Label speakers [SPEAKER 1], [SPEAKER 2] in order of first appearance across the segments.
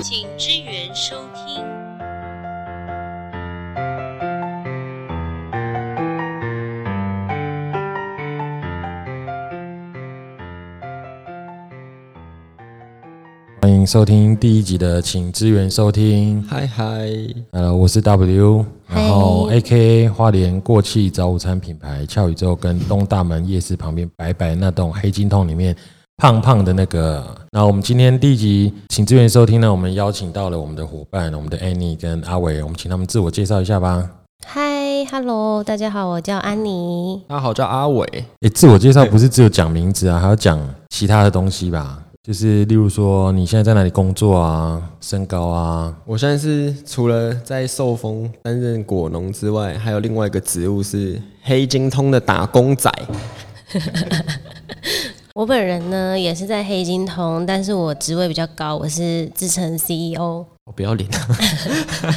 [SPEAKER 1] 请支援收听。
[SPEAKER 2] 欢迎收听第一集的，请支援收听。
[SPEAKER 3] 嗨嗨，
[SPEAKER 2] Hello，我是 W，
[SPEAKER 1] 嗨
[SPEAKER 2] 然后 AKA 花莲过气早午餐品牌俏宇宙跟东大门夜市旁边白白那栋黑金桶里面胖胖的那个。那我们今天第一集，请支援收听呢，我们邀请到了我们的伙伴，我们的 Annie 跟阿伟，我们请他们自我介绍一下吧。
[SPEAKER 1] 嗨，Hello，大家好，我叫安妮。
[SPEAKER 3] 大家好，我叫阿伟。
[SPEAKER 2] 诶，哎自我介绍不是只有讲名字啊，还要讲其他的东西吧？就是例如说你现在在哪里工作啊，身高啊，
[SPEAKER 3] 我现在是除了在寿丰担任果农之外，还有另外一个职务是黑金通的打工仔。
[SPEAKER 1] 我本人呢也是在黑金通，但是我职位比较高，我是自称 E CEO。
[SPEAKER 3] 我不要脸 啊！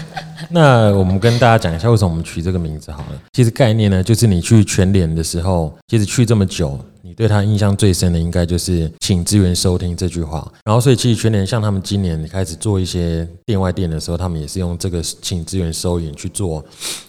[SPEAKER 2] 那我们跟大家讲一下，为什么我们取这个名字好了。其实概念呢，就是你去全联的时候，其实去这么久，你对他印象最深的应该就是“请支援收听”这句话。然后，所以其实全联像他们今年开始做一些店外店的时候，他们也是用这个“请支援收银”去做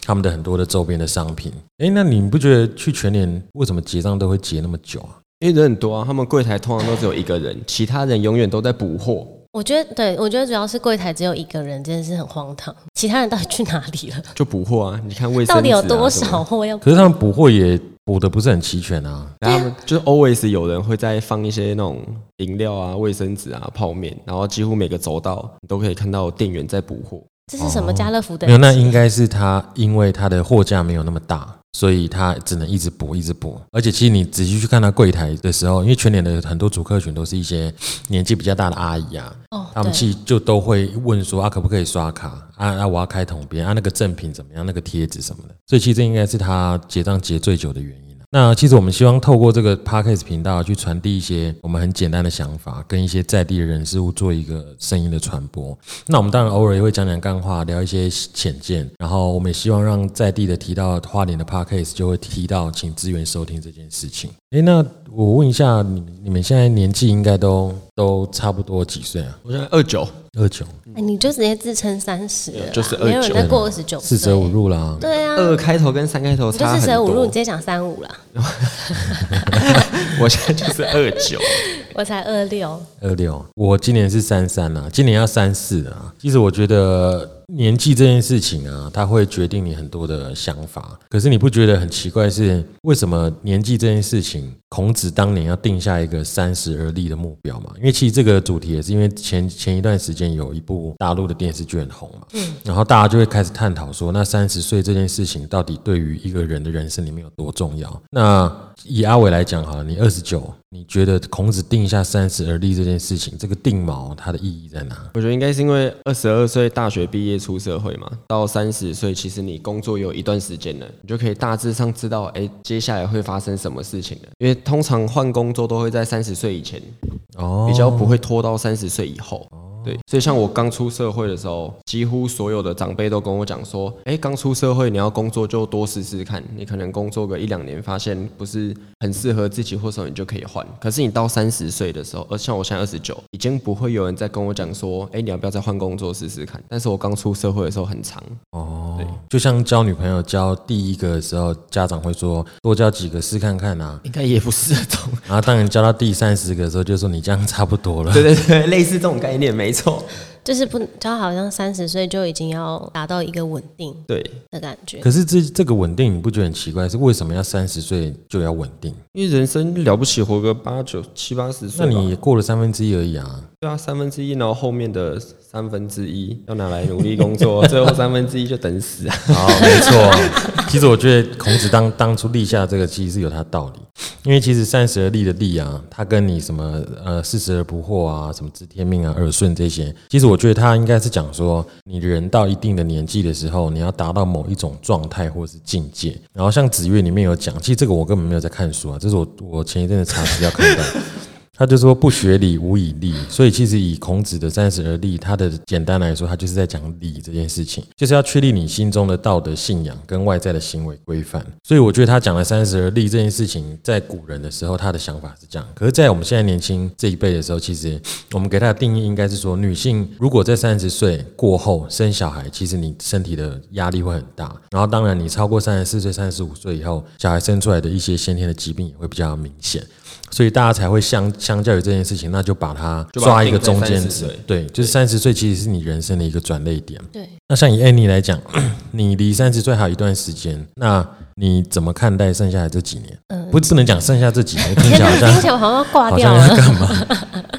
[SPEAKER 2] 他们的很多的周边的商品。诶，那你不觉得去全联为什么结账都会结那么久啊？
[SPEAKER 3] 因为人很多啊，他们柜台通常都只有一个人，其他人永远都在补货。
[SPEAKER 1] 我觉得，对我觉得主要是柜台只有一个人，真的是很荒唐。其他人到底去哪里了？
[SPEAKER 3] 就补货啊！你看卫生、啊、
[SPEAKER 1] 到底有多
[SPEAKER 3] 什么
[SPEAKER 1] 少
[SPEAKER 3] 的？
[SPEAKER 1] 货要？
[SPEAKER 2] 可是他们补货也补的不是很齐全啊。
[SPEAKER 3] 然后他们就是 always 有人会再放一些那种饮料啊、卫生纸啊、泡面，然后几乎每个走道你都可以看到店员在补货。
[SPEAKER 1] 这是什么家乐福的？
[SPEAKER 2] 没有，那应该是他，因为他的货架没有那么大，所以他只能一直补，一直补。而且，其实你仔细去看他柜台的时候，因为全年的很多主客群都是一些年纪比较大的阿姨啊，
[SPEAKER 1] 哦，
[SPEAKER 2] 他们
[SPEAKER 1] 对
[SPEAKER 2] 其实就都会问说啊，可不可以刷卡啊？啊，我要开桶边啊，那个赠品怎么样？那个贴纸什么的。所以，其实这应该是他结账结最久的原因啊。那其实我们希望透过这个 podcast 频道去传递一些我们很简单的想法，跟一些在地的人事物做一个声音的传播。那我们当然偶尔也会讲讲干话，聊一些浅见，然后我们也希望让在地的提到花莲的 podcast 就会提到请支援收听这件事情。诶，那我问一下，你你们现在年纪应该都都差不多几岁啊？
[SPEAKER 3] 我现在二九，
[SPEAKER 2] 二九，
[SPEAKER 1] 哎你就直接自称三十了啦，
[SPEAKER 3] 就是
[SPEAKER 1] 没有人
[SPEAKER 3] 29
[SPEAKER 1] 在过二十九，
[SPEAKER 2] 四舍五。入啦。
[SPEAKER 1] 对啊，
[SPEAKER 3] 二开头跟三开
[SPEAKER 1] 你
[SPEAKER 3] 头
[SPEAKER 1] 就
[SPEAKER 3] 差
[SPEAKER 1] 四
[SPEAKER 3] 很
[SPEAKER 1] 舍五入，你
[SPEAKER 3] 多
[SPEAKER 1] 直。接讲三五啦。
[SPEAKER 3] 我现在就是二 九。
[SPEAKER 1] 我才二六，
[SPEAKER 2] 二六，我今年是三三啦，今年要三四了啊。其实我觉得年纪这件事情啊，它会决定你很多的想法。可是你不觉得很奇怪是为什么年纪这件事情，孔子当年要定下一个三十而立的目标嘛？因为其实这个主题也是因为前前一段时间有一部大陆的电视剧很红嘛，然后大家就会开始探讨说，那三十岁这件事情到底对于一个人的人生里面有多重要？那以阿伟来讲好了，你二十九，你觉得孔子定下三十而立这件事情，这个定锚它的意义在哪？
[SPEAKER 3] 我觉得应该是因为二十二岁大学毕业出社会嘛，到三十岁，其实你工作有一段时间了，你就可以大致上知道，哎，接下来会发生什么事情了。因为通常换工作都会在三十岁以前，
[SPEAKER 2] 哦
[SPEAKER 3] 比较不会拖到三十岁以后。对，所以像我刚出社会的时候，几乎所有的长辈都跟我讲说，哎，刚出社会你要工作就多试试看，你可能工作个一两年，发现不是很适合自己，或者你就可以换。可是你到三十岁的时候，而呃像我现在二十九，已经不会有人再跟我讲说，哎，你要不要再换工作试试看？但是我刚出社会的时候很长，
[SPEAKER 2] 哦
[SPEAKER 3] 对，
[SPEAKER 2] 就像交女朋友交第一个的时候，家长会说多交几个试看看啊，
[SPEAKER 3] 应该也不是这种，
[SPEAKER 2] 然后当你交到第三十个的时候，就说你这样差不多了。
[SPEAKER 3] 对对对，类似这种概念，没错，
[SPEAKER 1] 就是不，他好像三十岁就已经要达到一个稳定
[SPEAKER 3] 对。
[SPEAKER 1] 的感觉。
[SPEAKER 2] 可是这这个稳定，你不觉得很奇怪？是为什么要三十岁就要稳定？
[SPEAKER 3] 因为人生了不起，活个八九七八十岁
[SPEAKER 2] 那
[SPEAKER 3] 吧，
[SPEAKER 2] 你也过了三分之一而已啊。
[SPEAKER 3] 对啊，三分之一，然后后面的三分之一要拿来努力工作， 最后三分之一就等死啊！
[SPEAKER 2] 好，哦没错。其实我觉得孔子当当初立下这个，其实是有他的道理。因为其实三十而立的立啊，它跟你什么呃四十而不惑啊，什么知天命啊、耳顺这些，其实我觉得他应该是讲说，你人到一定的年纪的时候，你要达到某一种状态或是境界。然后像子曰里面有讲，其实这个我根本没有在看书啊，这是我我前一阵子查资料看到。他就说不学礼，无以立。所以其实以孔子的三十而立，他的简单来说，他就是在讲礼这件事情，就是要确立你心中的道德信仰跟外在的行为规范。所以我觉得他讲的三十而立这件事情，在古人的时候，他的想法是这样。可是，在我们现在年轻这一辈的时候，其实我们给他的定义应该是说，女性如果在三十岁过后生小孩，其实你身体的压力会很大。然后，当然你超过三十四岁、三十五岁以后，小孩生出来的一些先天的疾病也会比较明显。所以大家才会相相较于这件事情，那就把它
[SPEAKER 3] 就把它
[SPEAKER 2] 抓一个
[SPEAKER 3] 定在
[SPEAKER 2] 中间
[SPEAKER 3] 30
[SPEAKER 2] 值
[SPEAKER 3] 岁，
[SPEAKER 2] 对，就是三十岁其实是你人生的一个转捩点。
[SPEAKER 1] 对，
[SPEAKER 2] 那像以 Annie 来讲， 你离三十岁还有一段时间，那你怎么看待剩下的这几年？
[SPEAKER 1] 嗯
[SPEAKER 2] 不不能讲剩下这几年，听
[SPEAKER 1] 天
[SPEAKER 2] 起来
[SPEAKER 1] 哪，
[SPEAKER 2] 好
[SPEAKER 1] 听 起
[SPEAKER 2] 像
[SPEAKER 1] 来我好像要挂
[SPEAKER 2] 好
[SPEAKER 1] 掉
[SPEAKER 2] 像
[SPEAKER 1] 了
[SPEAKER 2] 要。干嘛？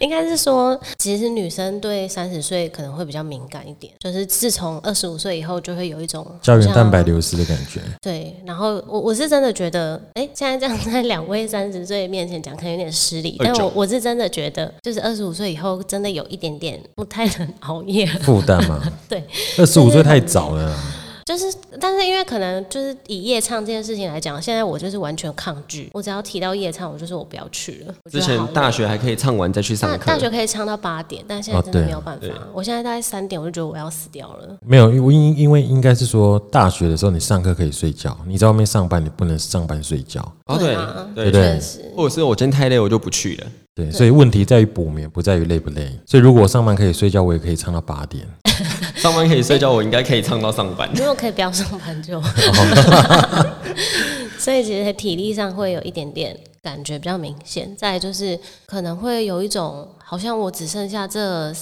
[SPEAKER 1] 应该是说，其实女生对三十岁可能会比较敏感一点，就是自从二十五岁以后，就会有一种
[SPEAKER 2] 胶原
[SPEAKER 1] 好像
[SPEAKER 2] 蛋白流失的感觉。
[SPEAKER 1] 对，然后我我是真的觉得，哎、现在这样在两位三十岁面前讲，可能有点失礼，但我我是真的觉得，就是二十五岁以后，真的有一点点不太能熬夜了。
[SPEAKER 2] 负担嘛，
[SPEAKER 1] 对，
[SPEAKER 2] 二十五岁太早了啦，
[SPEAKER 1] 就是，但是因为可能就是以夜唱这件事情来讲，现在我就是完全抗拒，我只要提到夜唱，我就说我不要去了。我觉
[SPEAKER 3] 之
[SPEAKER 1] 得
[SPEAKER 3] 前
[SPEAKER 1] 好累
[SPEAKER 3] 大学还可以唱完再去上
[SPEAKER 1] 大
[SPEAKER 3] 课，
[SPEAKER 1] 大学可以唱到八点，但现在
[SPEAKER 2] 哦
[SPEAKER 1] 真的
[SPEAKER 2] 对啊
[SPEAKER 1] 没有办法。我现在大概三点，我就觉得我要死掉了。
[SPEAKER 2] 没有，因为因因为应该是说大学的时候你上课可以睡觉，你在外面上班你不能上班睡觉，
[SPEAKER 3] 哦
[SPEAKER 1] 对
[SPEAKER 3] 对
[SPEAKER 1] 啊
[SPEAKER 2] 对不
[SPEAKER 3] 对，
[SPEAKER 2] 对？
[SPEAKER 3] 或者是我今天太累我就不去了，
[SPEAKER 2] 对，所以问题在于补眠，不在于累不累。所以如果我上班可以睡觉，我也可以唱到八点。
[SPEAKER 3] 上班可以睡觉，我应该可以唱到上班。
[SPEAKER 1] 如果可以不要上班就，
[SPEAKER 2] 哦
[SPEAKER 1] 所以其实体力上会有一点点感觉比较明显。再来就是可能会有一种好像我只剩下这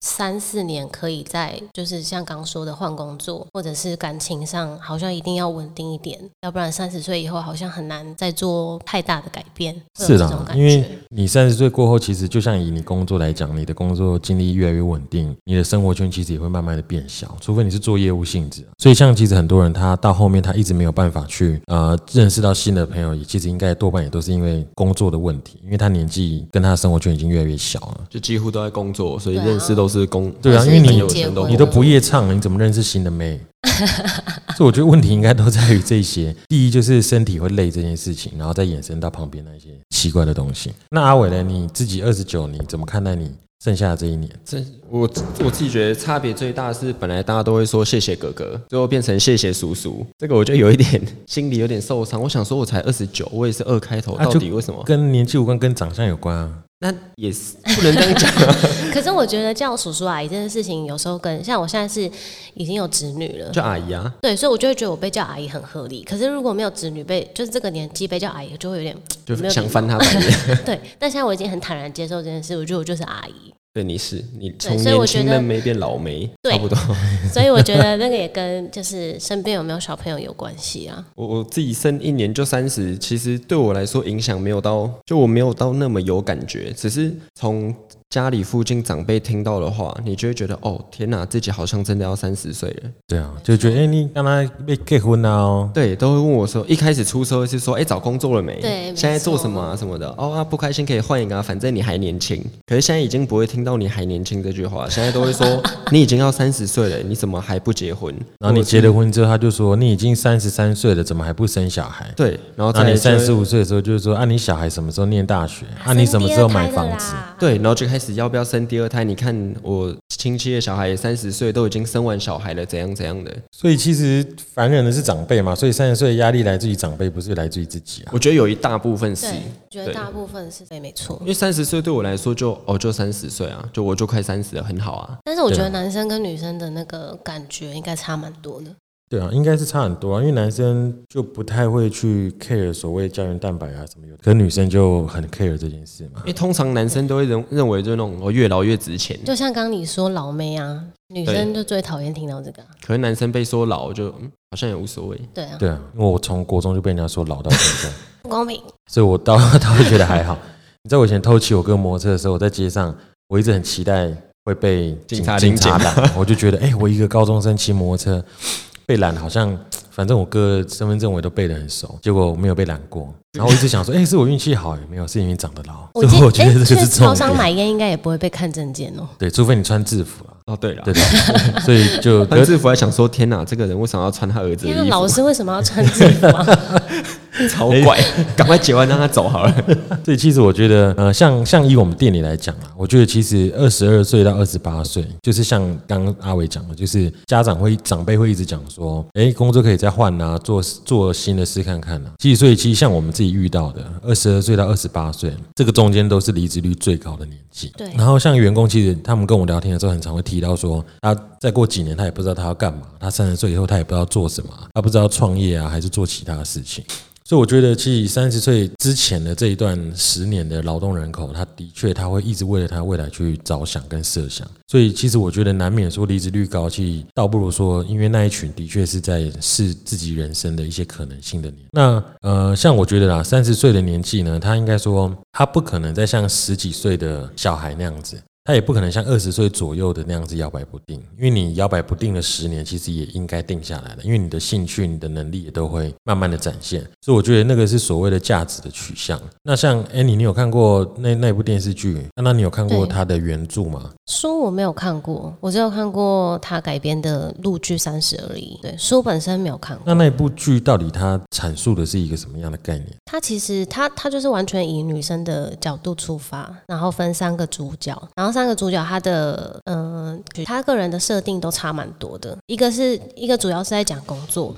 [SPEAKER 1] 三四年可以在，就是像刚说的换工作，或者是感情上好像一定要稳定一点，要不然三十岁以后好像很难再做太大的改变。会
[SPEAKER 2] 是
[SPEAKER 1] 有这种
[SPEAKER 2] 啦，
[SPEAKER 1] 感
[SPEAKER 2] 因为
[SPEAKER 1] 觉。
[SPEAKER 2] 你三十岁过后，其实就像以你工作来讲，你的工作经历越来越稳定，你的生活圈其实也会慢慢的变小，除非你是做业务性质。啊所以像其实很多人他到后面他一直没有办法去呃认识到新的朋友，也其实应该多半也都是因为工作的问题，因为他年纪跟他的生活圈已经越来越小了。
[SPEAKER 3] 就几乎都在工作，所以
[SPEAKER 1] 对啊
[SPEAKER 3] 认识都是工。
[SPEAKER 2] 对啊
[SPEAKER 3] 认识
[SPEAKER 2] 因为
[SPEAKER 3] 朋
[SPEAKER 2] 你
[SPEAKER 3] 友圈
[SPEAKER 1] 对
[SPEAKER 2] 你
[SPEAKER 1] 啊
[SPEAKER 2] 都不夜唱了，你怎么认识新的妹？所以我觉得问题应该都在于这些。第一就是身体会累这件事情，然后再衍生到旁边那些奇怪的东西。那阿伟呢？你自己二十九，你怎么看待你剩下的这一年？
[SPEAKER 3] 这我我自己觉得差别最大的是，本来大家都会说谢谢哥哥，最后变成谢谢叔叔，这个我就有一点心里有点受伤。我想说，我才二十九，我也是二开头，
[SPEAKER 2] 啊
[SPEAKER 3] 到
[SPEAKER 2] 就
[SPEAKER 3] 底为什么？
[SPEAKER 2] 跟年纪无关，跟长相有关啊。
[SPEAKER 3] 那也是不能这样讲。
[SPEAKER 1] 可是我觉得叫叔叔阿姨这件事情，有时候跟像我现在是已经有侄女了，
[SPEAKER 3] 就阿姨啊，
[SPEAKER 1] 对，所以我就会觉得我被叫阿姨很合理。可是如果没有子女被，就是这个年纪被叫阿姨，就会有 点
[SPEAKER 3] 就
[SPEAKER 1] 没有
[SPEAKER 3] 想 翻他白眼。
[SPEAKER 1] 对。但现在我已经很坦然接受这件事，我觉得我就是阿姨，
[SPEAKER 3] 对，你是你从
[SPEAKER 1] 所以我
[SPEAKER 3] 年
[SPEAKER 1] 觉得
[SPEAKER 3] 轻嫩妹变老妹，
[SPEAKER 1] 对
[SPEAKER 3] 差不多。
[SPEAKER 1] 所以我觉得那个也跟就是身边有没有小朋友有关系啊。
[SPEAKER 3] 我我自己生一年就三十，其实对我来说影响没有到，就我没有到那么有感觉，只是从家里附近长辈听到的话，你就会觉得哦，天哪，自己好像真的要三十岁了。
[SPEAKER 2] 对啊，就觉得哎、诶你刚刚被结婚了哦。
[SPEAKER 3] 对，都会问我说，一开始出社会是说，哎，找工作了没？
[SPEAKER 1] 对没错
[SPEAKER 3] 现在做什么啊什么的。哦啊，不开心可以换一个、啊，反正你还年轻。可是现在已经不会听到你还年轻这句话，现在都 会说你已经要三十岁了，你怎么还不结婚？
[SPEAKER 2] 然后你结了婚之后，他就说你已经三十三岁了，怎么还不生小孩？
[SPEAKER 3] 对，然后
[SPEAKER 2] 然
[SPEAKER 3] 再
[SPEAKER 2] 后你
[SPEAKER 3] 就
[SPEAKER 2] 三
[SPEAKER 3] 会
[SPEAKER 2] 十五岁的时候，就是说啊，你小孩什么时候念大学？啊，你什么时候买房子？
[SPEAKER 3] 对，然后就开始要不要生第二胎？你看我亲戚的小孩也三十岁，都已经生完小孩了，怎样怎样的？
[SPEAKER 2] 所以其实烦人的是长辈嘛，所以三十岁的压力来自于长辈，不是来自于自己啊。
[SPEAKER 3] 我觉得有一大部分是，
[SPEAKER 1] 对，觉得
[SPEAKER 3] 对
[SPEAKER 1] 大部分是对，没错
[SPEAKER 3] 因。为三十岁对我来说就哦就三十岁啊，就我就快三十了，很好啊。
[SPEAKER 1] 但是我觉
[SPEAKER 2] 对
[SPEAKER 1] 得男生跟女生的那个感觉应该差蛮多的。
[SPEAKER 2] 对啊，应该是差很多啊，因为男生就不太会去 care 所谓胶原蛋白啊什么有的，可是女生就很 care 这件事嘛
[SPEAKER 3] 因。为通常男生都会认认为就是那种哦越老越值钱，
[SPEAKER 1] 就像刚你说老妹啊，女生就最讨厌听到这个啊、
[SPEAKER 3] 可是男生被说老就、嗯、好像也无所谓。
[SPEAKER 1] 对啊，
[SPEAKER 2] 对啊，因为我从国中就被人家说老到现在，
[SPEAKER 1] 不公平。
[SPEAKER 2] 所以我到到会觉得还好。你知道我以前偷骑我哥摩托车的时候，我在街上，我一直很期待会被
[SPEAKER 3] 警察
[SPEAKER 2] 警
[SPEAKER 3] 临检
[SPEAKER 2] 察拦，我就觉得，哎、我一个高中生骑摩托车被拦，好像反正我哥的身份证我也都背得很熟，结果我没有被拦过。然后我一直想说，哎、是我运气好，没有，是因为长得老。所
[SPEAKER 1] 记
[SPEAKER 2] 以我觉得
[SPEAKER 1] 诶
[SPEAKER 2] 这个
[SPEAKER 1] 哎去
[SPEAKER 2] 是
[SPEAKER 1] 超
[SPEAKER 2] 重
[SPEAKER 1] 商
[SPEAKER 2] 点。
[SPEAKER 1] 买烟应该也不会被看证件哦。
[SPEAKER 2] 对，除非你穿制服了。啊
[SPEAKER 3] 哦，对了，
[SPEAKER 2] 对吧？所以 就
[SPEAKER 3] 潘志福还想说，天哪，这个人为什么要穿他儿子的
[SPEAKER 1] 天啊，
[SPEAKER 3] 衣
[SPEAKER 1] 老
[SPEAKER 3] 服？
[SPEAKER 1] 师为什么要穿制服啊？
[SPEAKER 3] 超怪，赶快结完让他走好了。
[SPEAKER 2] 所以其实我觉得，呃，像像以我们店里来讲啊，我觉得其实二十二岁到二十八岁，就是像刚刚阿伟讲的，就是家长会长辈会一直讲说，哎，工作可以再换啊，做做新的事看看啊。其实所以其实像我们自己遇到的，二十二岁到二十八岁，这个中间都是离职率最高的年纪。
[SPEAKER 1] 对
[SPEAKER 2] 然后像员工，其实他们跟我聊天的时候，很常会提到说，他再过几年他也不知道他要干嘛，他三十岁以后他也不知道做什么啊，他不知道创业啊，还是做其他的事情。所以我觉得，其实三十岁之前的这一段十年的劳动人口，他的确他会一直为了他未来去着想跟设想。所以其实我觉得，难免说离职率高，其实倒不如说，因为那一群的确是在试自己人生的一些可能性的年。那呃，像我觉得啦，三十岁的年纪呢，他应该说他不可能再像十几岁的小孩那样子。他也不可能像二十岁左右的那样子摇摆不定，因为你摇摆不定了十年，其实也应该定下来了，因为你的兴趣、你的能力也都会慢慢的展现，所以我觉得那个是所谓的价值的取向。那像 Annie，你有看过那那部电视剧？啊那你有看过
[SPEAKER 1] 对
[SPEAKER 2] 它的原著吗？
[SPEAKER 1] 书我没有看过，我只有看过他改编的陆剧《三十而已》。对，书本身没有看过。
[SPEAKER 2] 那那部剧到底它阐述的是一个什么样的概念？
[SPEAKER 1] 他其实他他就是完全以女生的角度出发，然后分三个主角，然后三个主角他的嗯、呃他个人的设定都差蛮多的。一个是一个主要是在讲工作，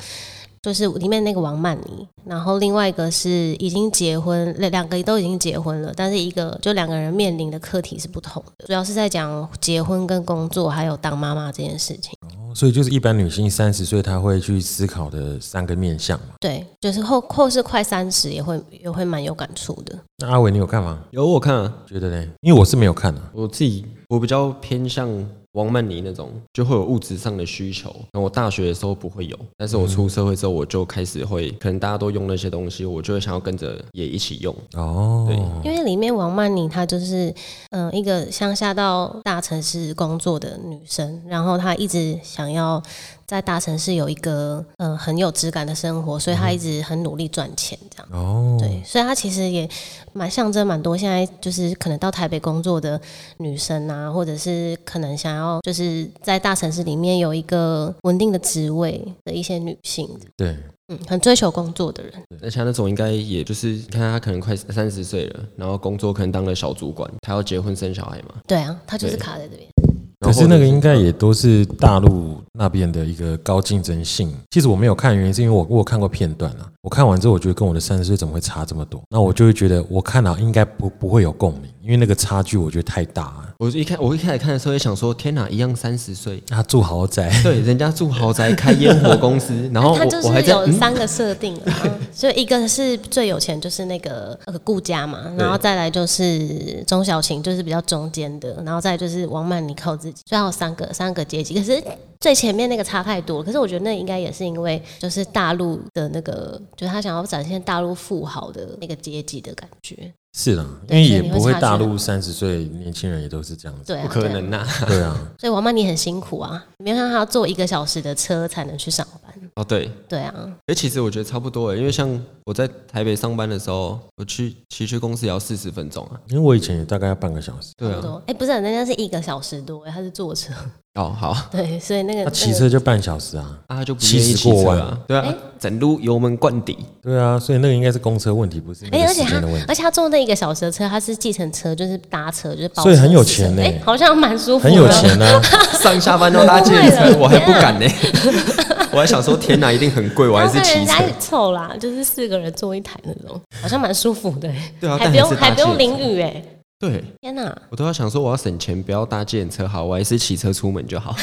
[SPEAKER 1] 就是里面那个王曼妮，然后另外一个是已经结婚，两两个都已经结婚了，但是一个就两个人面临的课题是不同的，主要是在讲结婚跟工作，还有当妈妈这件事情。
[SPEAKER 2] 哦所以就是一般女性三十岁她会去思考的三个面向嘛。
[SPEAKER 1] 对，就是后后是快三十，也会也会蛮有感触的。
[SPEAKER 2] 那阿伟，你有看吗？
[SPEAKER 3] 有我看啊，
[SPEAKER 2] 觉得嘞？因为我是没有看啊。
[SPEAKER 3] 我自己我比较偏向王曼妮那种，就会有物质上的需求。那我大学的时候不会有，但是我出社会之后，我就开始会，可能大家都用那些东西，我就会想要跟着也一起用。
[SPEAKER 2] 哦，
[SPEAKER 1] 因为里面王曼妮她就是嗯、呃一个乡下到大城市工作的女生，然后她一直想要在大城市有一个嗯、呃很有质感的生活，所以她一直很努力赚钱这样。
[SPEAKER 2] 哦，
[SPEAKER 1] 对，所以她其实也蛮象征蛮多现在就是可能到台北工作的女生啊，或者是可能想要就是在大城市里面有一个稳定的职位的一些女性，
[SPEAKER 2] 对，
[SPEAKER 1] 嗯，很追求工作的人。
[SPEAKER 3] 而且他那种应该也就是，你看他可能快三十岁了，然后工作可能当了小主管，他要结婚生小孩嘛。
[SPEAKER 1] 对啊，她就是
[SPEAKER 3] 对
[SPEAKER 1] 卡在这边。
[SPEAKER 2] 可是那个应该也都是大陆那边的一个高竞争性。其实我没有看，原因是因为我我有看过片段啊。我看完之后，我觉得跟我的三十岁怎么会差这么多？那我就会觉得，我看了、应该不不会有共鸣，因为那个差距我觉得太大啊了。
[SPEAKER 3] 我一开我一开始看的时候也想说，天哪，一样三十岁，
[SPEAKER 2] 他啊住豪宅，
[SPEAKER 3] 对，人家住豪宅开烟火 公司，然后
[SPEAKER 1] 他
[SPEAKER 3] 我
[SPEAKER 1] 哎就
[SPEAKER 3] 我还
[SPEAKER 1] 是
[SPEAKER 3] 在
[SPEAKER 1] 有
[SPEAKER 3] 嗯，
[SPEAKER 1] 三个设定啊，所以一个是最有钱，就是那个呃顾家嘛，然后再来就是钟小琴，就是比较中间的，然后再来就是王曼妮靠自己，所以还有三个三个阶级。可是最前面那个差太多了，可是我觉得那应该也是因为就是大陆的那个，就是他想要展现大陆富豪的那个阶级的感觉，
[SPEAKER 2] 是啦，因
[SPEAKER 1] 对
[SPEAKER 2] 为也不
[SPEAKER 1] 所以你会
[SPEAKER 2] 会
[SPEAKER 1] 差距啊
[SPEAKER 2] 大
[SPEAKER 1] 很
[SPEAKER 2] 陆
[SPEAKER 1] 大
[SPEAKER 2] 三十岁年轻人也都是这样子。
[SPEAKER 1] 对啊，
[SPEAKER 3] 不可
[SPEAKER 1] 对啊
[SPEAKER 3] 能呐、
[SPEAKER 2] 对啊，
[SPEAKER 1] 所以王曼妮很辛苦啊，没有想到她要坐一个小时的车才能去上班，
[SPEAKER 3] 哦，对，
[SPEAKER 1] 对啊，
[SPEAKER 3] 哎，其实我觉得差不多诶，因为像我在台北上班的时候，我去骑去公司也要四十分钟啊。
[SPEAKER 2] 因为我以前也大概要半个小时，
[SPEAKER 3] 对
[SPEAKER 1] 差不
[SPEAKER 3] 啊，
[SPEAKER 1] 多。哎，不是，人家是一个小时多，她是坐车。
[SPEAKER 3] 哦好，啊
[SPEAKER 1] 对，所以那个
[SPEAKER 2] 他骑
[SPEAKER 1] 那个
[SPEAKER 2] 车就半小时啊。
[SPEAKER 3] 他就不愿意
[SPEAKER 2] 70
[SPEAKER 3] 骑车
[SPEAKER 2] 过
[SPEAKER 3] 啊
[SPEAKER 2] 弯，
[SPEAKER 3] 对
[SPEAKER 1] 哎
[SPEAKER 3] 啊，整路油门灌 底，
[SPEAKER 2] 对啊，所以那个应该是公车问题，不是那
[SPEAKER 1] 哎、
[SPEAKER 2] 个
[SPEAKER 1] 而且
[SPEAKER 2] 时
[SPEAKER 1] 他
[SPEAKER 2] 间的问，题。
[SPEAKER 1] 而且他坐那一个小时的车，他是计程车，就是搭车，就是包车
[SPEAKER 2] 所以很有钱
[SPEAKER 1] 哎、
[SPEAKER 2] 呢
[SPEAKER 1] 好像蛮舒服的，
[SPEAKER 2] 很有钱啊，
[SPEAKER 3] 上下班都搭计程
[SPEAKER 1] 太贵
[SPEAKER 3] 车，
[SPEAKER 1] 了
[SPEAKER 3] 我还不 敢呢、我还想说天哪，一定很贵，我还
[SPEAKER 1] 然后
[SPEAKER 3] 是
[SPEAKER 1] 跟
[SPEAKER 3] 骑
[SPEAKER 1] 人
[SPEAKER 3] 车
[SPEAKER 1] 家。一起凑啦，就是四个人坐一台那种，好像蛮舒服的、哎
[SPEAKER 3] 对啊，
[SPEAKER 1] 还
[SPEAKER 3] 但
[SPEAKER 1] 不用
[SPEAKER 3] 是搭
[SPEAKER 1] 还不用
[SPEAKER 3] 计
[SPEAKER 1] 淋
[SPEAKER 3] 程车
[SPEAKER 1] 雨哎、
[SPEAKER 3] 对
[SPEAKER 1] 天哪、
[SPEAKER 2] 啊
[SPEAKER 3] 我都要想说我要省钱，不要搭计程车好，我还是骑车出门就好。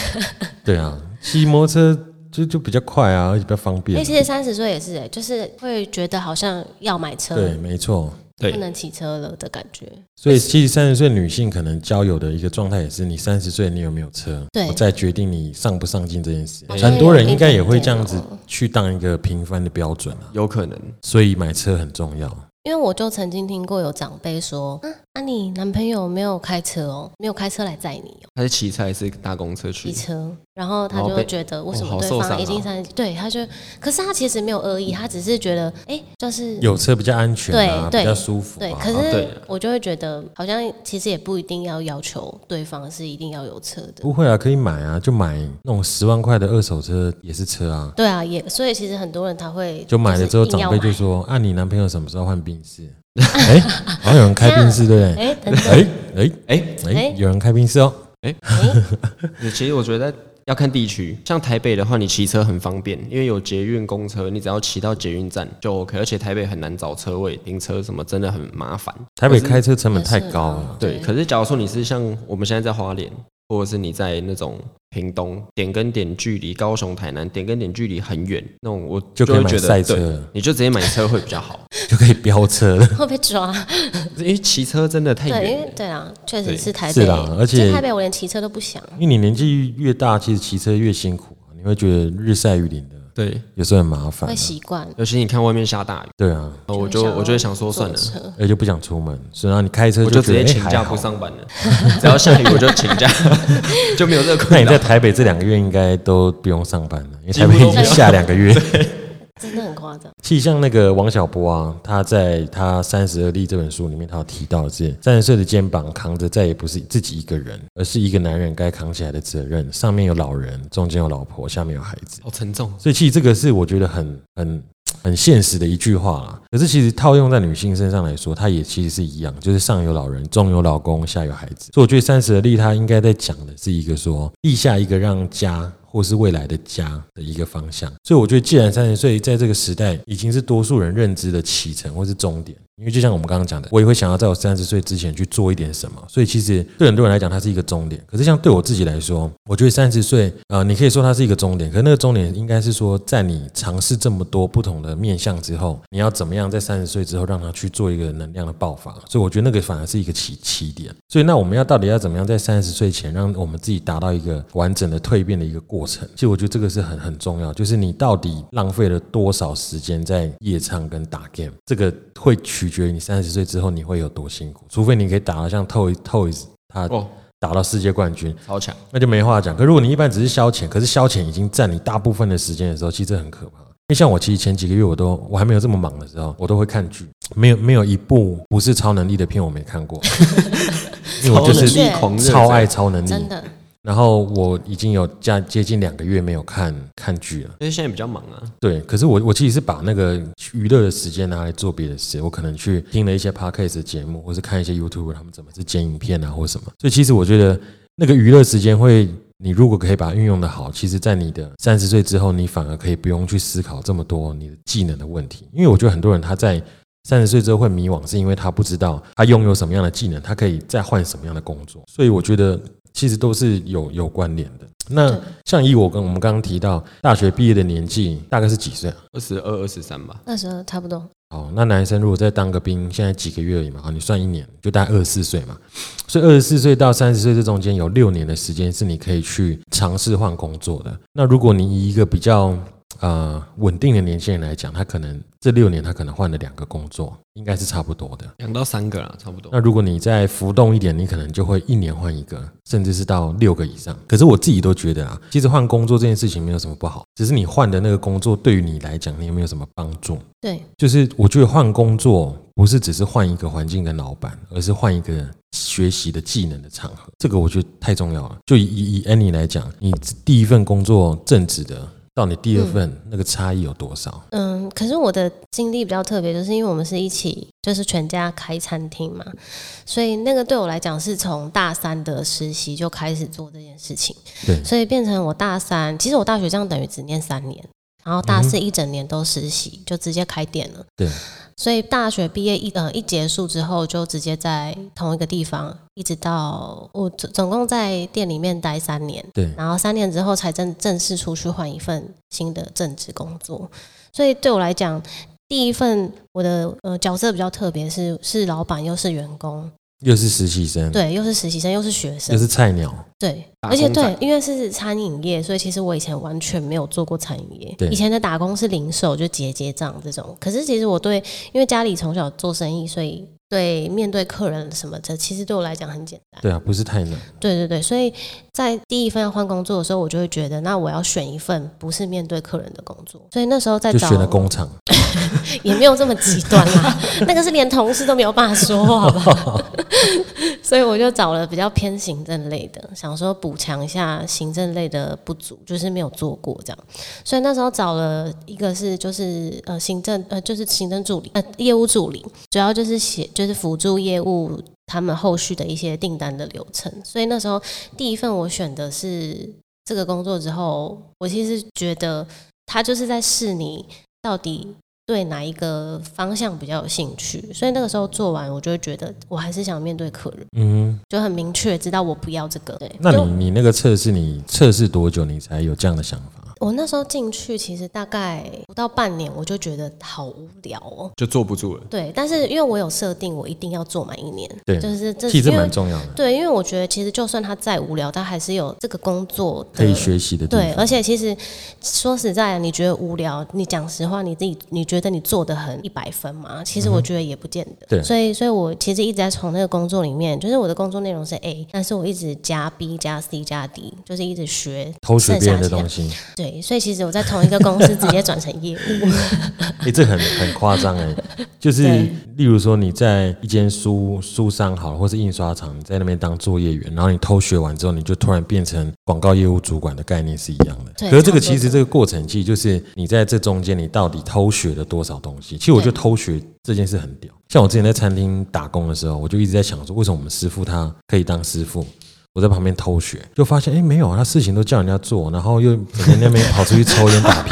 [SPEAKER 2] 对啊，骑摩托车就就比较快啊，而且比较方
[SPEAKER 1] 哎、
[SPEAKER 2] 便。
[SPEAKER 1] 其实三十岁也是哎、就是会觉得好像要买车，
[SPEAKER 2] 对，没错。
[SPEAKER 1] 不
[SPEAKER 3] 对，
[SPEAKER 1] 能骑车了的感觉。
[SPEAKER 2] 所以，其实三十岁女性可能交友的一个状态也是，你三十岁你有没有车，
[SPEAKER 1] 对
[SPEAKER 2] 我再决定你上不上进这件事。
[SPEAKER 1] 好像
[SPEAKER 2] 很多人应该也
[SPEAKER 1] 有
[SPEAKER 2] 会
[SPEAKER 1] 一
[SPEAKER 2] 这
[SPEAKER 1] 点
[SPEAKER 2] 样子去当一个平凡的标准啊，
[SPEAKER 3] 有可能。
[SPEAKER 2] 所以买车很重要。
[SPEAKER 1] 因为我就曾经听过有长辈说，啊，那、你男朋友没有开车哦，没有开车来载你哦，
[SPEAKER 3] 他是骑车还是搭公车去
[SPEAKER 1] 骑？车，然后他
[SPEAKER 3] 然后
[SPEAKER 1] 就
[SPEAKER 3] 被
[SPEAKER 1] 觉得为
[SPEAKER 3] 哦
[SPEAKER 1] 什么
[SPEAKER 3] 好
[SPEAKER 1] 对
[SPEAKER 3] 受
[SPEAKER 1] 方
[SPEAKER 3] 伤
[SPEAKER 1] 已经
[SPEAKER 3] 啊
[SPEAKER 1] 三十、对，他就，可是他其实没有恶意，他只是觉得，哎、就是
[SPEAKER 2] 有车比较安全啊，
[SPEAKER 1] 对对
[SPEAKER 2] 比较舒服
[SPEAKER 1] 对，
[SPEAKER 2] 啊。
[SPEAKER 1] 可
[SPEAKER 3] 对
[SPEAKER 1] 是
[SPEAKER 3] 啊
[SPEAKER 1] 我就会觉得，好像其实也不一定要要求对方是一定要有车的。
[SPEAKER 2] 不会啊，可以买啊，就买那种十万块的二手车也是车啊。
[SPEAKER 1] 对啊，也所以其实很多人他会
[SPEAKER 2] 就买了之后，
[SPEAKER 1] 是硬
[SPEAKER 2] 长
[SPEAKER 1] 要
[SPEAKER 2] 辈就说：“啊，你男朋友什么时候换宾士？” 哎，好像有人开宾士，对
[SPEAKER 1] 买
[SPEAKER 2] 不对？
[SPEAKER 1] 哎、 等 等，
[SPEAKER 2] 哎哎
[SPEAKER 3] 哎，
[SPEAKER 2] 哎
[SPEAKER 1] 哎，
[SPEAKER 2] 有人开宾士哦。
[SPEAKER 3] 其实我觉得要看地区，像台北的话，你骑车很方便，因为有捷运、公车，你只要骑到捷运站就 OK。而且台北很难找车位，停车什么真的很麻烦。
[SPEAKER 2] 台北开车成本太
[SPEAKER 1] 也是
[SPEAKER 2] 高了，
[SPEAKER 3] 对，可是假如说你是像我们现在在花莲，或者是你在那种屏东，点跟点距离高雄、台南点跟点距离很远，那种我
[SPEAKER 2] 就可以
[SPEAKER 3] 会
[SPEAKER 2] 买
[SPEAKER 3] 觉得
[SPEAKER 2] 赛车
[SPEAKER 3] 对
[SPEAKER 2] 了
[SPEAKER 3] 你就直接买车会比较 好，
[SPEAKER 2] 就可以飙车了。
[SPEAKER 1] 会被抓。
[SPEAKER 3] 因为骑车真的太
[SPEAKER 1] 对，
[SPEAKER 3] 远
[SPEAKER 1] 因
[SPEAKER 3] 了。
[SPEAKER 1] 为对啊，确实
[SPEAKER 3] 对
[SPEAKER 1] 是台北，
[SPEAKER 2] 是啦而且
[SPEAKER 1] 在台北我连骑车都不想。
[SPEAKER 2] 因为你年纪越大，其实骑车越辛苦啊，你会觉得日晒雨淋的，
[SPEAKER 3] 对，
[SPEAKER 2] 有时候很麻烦
[SPEAKER 1] 会
[SPEAKER 2] 啊。
[SPEAKER 1] 习惯，
[SPEAKER 3] 尤其你看外面下大雨，
[SPEAKER 2] 对啊，
[SPEAKER 3] 然后我就我就会想说算了，
[SPEAKER 1] 了，
[SPEAKER 2] 而就不想出门，所以然后你开车
[SPEAKER 3] 我就直
[SPEAKER 2] 觉得
[SPEAKER 3] 接请
[SPEAKER 2] 哎
[SPEAKER 3] 假
[SPEAKER 2] 还好
[SPEAKER 3] 不上班了， 只要下雨我就请假， 就没有这个
[SPEAKER 2] 那
[SPEAKER 3] 困
[SPEAKER 2] 你在
[SPEAKER 3] 扰。
[SPEAKER 2] 台北这两个月应该都不用上班了，因为
[SPEAKER 3] 几
[SPEAKER 2] 台
[SPEAKER 3] 乎
[SPEAKER 2] 北
[SPEAKER 3] 都
[SPEAKER 2] 已
[SPEAKER 3] 没
[SPEAKER 2] 经
[SPEAKER 1] 有
[SPEAKER 2] 下两个 月。
[SPEAKER 1] 真的很夸张。
[SPEAKER 2] 其实像那个王小波啊，他在他《三十而立》这本书里面，他有提到是三十岁的肩膀扛着再也不是自己一个人，而是一个男人该扛起来的责任。上面有老人，中间有老婆，下面有孩子。
[SPEAKER 3] 好沉重，
[SPEAKER 2] 所以其实这个是我觉得很很很现实的一句话啦。可是其实套用在女性身上来说，它也其实是一样，就是上有老人，中有老公，下有孩子。所以我觉得三十而立，它应该在讲的是一个说立下一个让家。或是未来的家的一个方向，所以我觉得，既然三十岁在这个时代已经是多数人认知的启程或是终点，因为就像我们刚刚讲的，我也会想要在我三十岁之前去做一点什么，所以其实对很多人来讲，它是一个终点。可是像对我自己来说，我觉得三十岁，呃，你可以说它是一个终点，可是那个终点应该是说，在你尝试这么多不同的面向之后，你要怎么样在三十岁之后让它去做一个能量的爆发？所以我觉得那个反而是一个起起点。所以那我们要到底要怎么样在三十岁前让我们自己达到一个完整的蜕变的一个过程？其实我觉得这个是很很重要，就是你到底浪费了多少时间在夜唱跟打 game，这个会取决于你三十岁之后你会有多辛苦。除非你可以打到像 Toys Toys 他
[SPEAKER 3] 哦
[SPEAKER 2] 打到世界冠军，
[SPEAKER 3] 超强。
[SPEAKER 2] 那就没话讲。可如果你一般只是消遣，可是消遣已经占你大部分的时间的时候，其实这很可怕。因为像我，其实前几个月我都我还没有这么忙的时候，我都会看剧，没有没有一部不是超能力的片我没看 过，因为我就
[SPEAKER 3] 超
[SPEAKER 2] 是
[SPEAKER 3] 能力狂热者
[SPEAKER 2] 超爱超能
[SPEAKER 1] 真
[SPEAKER 2] 力。
[SPEAKER 1] 的，
[SPEAKER 2] 然后我已经有接接近两个月没有看看剧了，
[SPEAKER 3] 因为现在比较忙啊，
[SPEAKER 2] 对。可是我我其实是把那个娱乐的时间拿来做别的事，我可能去听了一些 podcast 的节目，或是看一些 YouTube 他们怎么是剪影片啊，或什么。所以其实我觉得那个娱乐时间会，你如果可以把它运用的好，其实，在你的三十岁之后，你反而可以不用去思考这么多你的技能的问题。因为我觉得很多人他在三十岁之后会迷惘，是因为他不知道他拥有什么样的技能，他可以再换什么样的工作。所以我觉得其实都是有有关联的。那
[SPEAKER 1] 对
[SPEAKER 2] 像以我跟我们刚刚提到大学毕业的年纪，大概是几岁啊？
[SPEAKER 3] 二十二、二十三吧。
[SPEAKER 1] 那时候差不多，
[SPEAKER 2] 好，那男生如果再当个兵，现在几个月而已嘛，好，哦你算一年，就大概二十四岁嘛。所以二十四岁到三十岁这中间有六年的时间是你可以去尝试换工作的。那如果你以一个比较呃稳定的年轻人来讲，他可能这六年他可能换了两个工作，应该是差不多的。
[SPEAKER 3] 两到三个啦，差不多。
[SPEAKER 2] 那如果你再浮动一点，你可能就会一年换一个，甚至是到六个以上。可是我自己都觉得啊，其实换工作这件事情没有什么不好，只是你换的那个工作对于你来讲，你有没有什么帮助？
[SPEAKER 1] 对，
[SPEAKER 2] 就是我觉得换工作不是只是换一个环境跟老板，而是换一个学习的技能的场合，这个我觉得太重要了。就以以 Annie 来讲，你第一份工作正职的。到你第二份、那个差异有多少？
[SPEAKER 1] 嗯，可是我的经历比较特别，就是因为我们是一起，就是全家开餐厅嘛，所以那个对我来讲是从大三的实习就开始做这件事情，
[SPEAKER 2] 对
[SPEAKER 1] 所以变成我大三，其实我大学这样等于只念三年，然后大四一整年都实习，就直接开店了。
[SPEAKER 2] 对，
[SPEAKER 1] 所以大学毕业一呃一结束之后，就直接在同一个地方，一直到我总总共在店里面待三年，
[SPEAKER 2] 对
[SPEAKER 1] 然后三年之后才正正式出去换一份新的正职工作。所以对我来讲，第一份我的呃角色比较特别，是是老板又是员工，
[SPEAKER 2] 又是实习生，
[SPEAKER 1] 对，又是实习生又是学生
[SPEAKER 2] 又，是菜鸟，
[SPEAKER 1] 对，
[SPEAKER 3] 打
[SPEAKER 1] 而且
[SPEAKER 3] 工仔
[SPEAKER 1] 对，因为是餐饮业，所以其实我以前完全没有做过餐饮
[SPEAKER 2] 对
[SPEAKER 1] 业。以前的打工是零售，就结结账这种。可是其实我对，因为家里从小做生意，所以对面对客人什么的，其实对我来讲很简单。
[SPEAKER 2] 对啊，不是太难。
[SPEAKER 1] 对对对，所以在第一份要换工作的时候，我就会觉得，那我要选一份不是面对客人的工作。所以那时候在
[SPEAKER 2] 就
[SPEAKER 1] 找
[SPEAKER 2] 选了工厂，
[SPEAKER 1] 也没有这么极端啦，那个是连同事都没有办法说话吧。 所以我就找了比较偏行政类的，想说补强一下行政类的不足，就是没有做过这样。所以那时候找了一个是就是呃行政呃就是行政助理呃业务助理，主要就是写就是辅助业务。他们后续的一些订单的流程，所以那时候第一份我选的是这个工作之后，我其实觉得他就是在试你到底对哪一个方向比较有兴趣，所以那个时候做完，我就会觉得我还是想面对客人，
[SPEAKER 2] 嗯，
[SPEAKER 1] 就很明确知道我不要这个。对，
[SPEAKER 2] 那
[SPEAKER 1] 就
[SPEAKER 2] 你你那个测试，你测试多久你才有这样的想法？
[SPEAKER 1] 我那时候进去，其实大概不到半年，我就觉得好无聊哦。
[SPEAKER 3] 就坐不住了。
[SPEAKER 1] 对，但是因为我有设定，我一定要做满一年，
[SPEAKER 2] 对
[SPEAKER 1] 就是这
[SPEAKER 2] 其实
[SPEAKER 1] 因为
[SPEAKER 2] 蛮重要的，
[SPEAKER 1] 对，因为我觉得其实就算他再无聊，他还是有这个工作的
[SPEAKER 2] 可以学习的地
[SPEAKER 1] 对，
[SPEAKER 2] 方。
[SPEAKER 1] 而且其实说实在，你觉得无聊，你讲实话，你自己你觉得你做的很一百分吗？其实我觉得也不见得。
[SPEAKER 2] 嗯对
[SPEAKER 1] 所以所以我其实一直在从那个工作里面，就是我的工作内容是 A，但是我一直加 B 加 C 加 D，就是一直学
[SPEAKER 2] 偷学别人的
[SPEAKER 1] 剩下
[SPEAKER 2] 东西，
[SPEAKER 1] 对，所以其实我在同一个公司直接转成业 务，
[SPEAKER 2] 哎、这很很夸张哎，就是
[SPEAKER 1] 对
[SPEAKER 2] 例如说你在一间书书商好了，或是印刷厂，你在那边当作业员，然后你偷学完之后，你就突然变成广告业务主管的概念是一样的。
[SPEAKER 1] 对
[SPEAKER 2] 可是这
[SPEAKER 1] 差不
[SPEAKER 2] 个
[SPEAKER 1] 多
[SPEAKER 2] 其实这个过程，其实就是你在这中间你到底偷学了多少东西。其实我觉得
[SPEAKER 1] 对
[SPEAKER 2] 偷学这件事很屌，像我之前在餐厅打工的时候，我就一直在想说，为什么我们师傅他可以当师傅？我在旁边偷学，就发现哎、诶没有啊，他事情都叫人家做，然后又整天在那边跑出去抽烟打屁。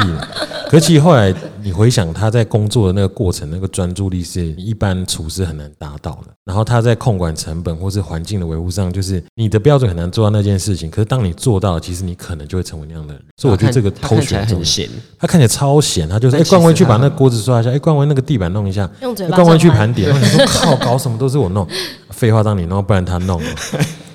[SPEAKER 2] 可其实后来你回想他在工作的那个过程，那个专注力是你一般厨师很难达到的。然后他在控管成本或是环境的维护上，就是你的标准很难做到那件事情。可是当你做到了，其实你可能就会成为那样的人。所以我觉得这个
[SPEAKER 3] 他
[SPEAKER 2] 偷
[SPEAKER 3] 看
[SPEAKER 2] 学
[SPEAKER 3] 他
[SPEAKER 2] 重
[SPEAKER 3] 看起来
[SPEAKER 2] 要
[SPEAKER 3] 很闲，
[SPEAKER 2] 他看起来超闲，他就是哎、
[SPEAKER 3] 但其实
[SPEAKER 2] 冠威去把
[SPEAKER 3] 他
[SPEAKER 2] 那锅子刷一下，哎、冠威那个地板弄一下，
[SPEAKER 1] 用嘴
[SPEAKER 2] 哎
[SPEAKER 1] 巴
[SPEAKER 2] 冠威去
[SPEAKER 1] 上班
[SPEAKER 2] 盘点，然后你说靠，搞什么都是我 弄，废话让你弄，不然他弄了。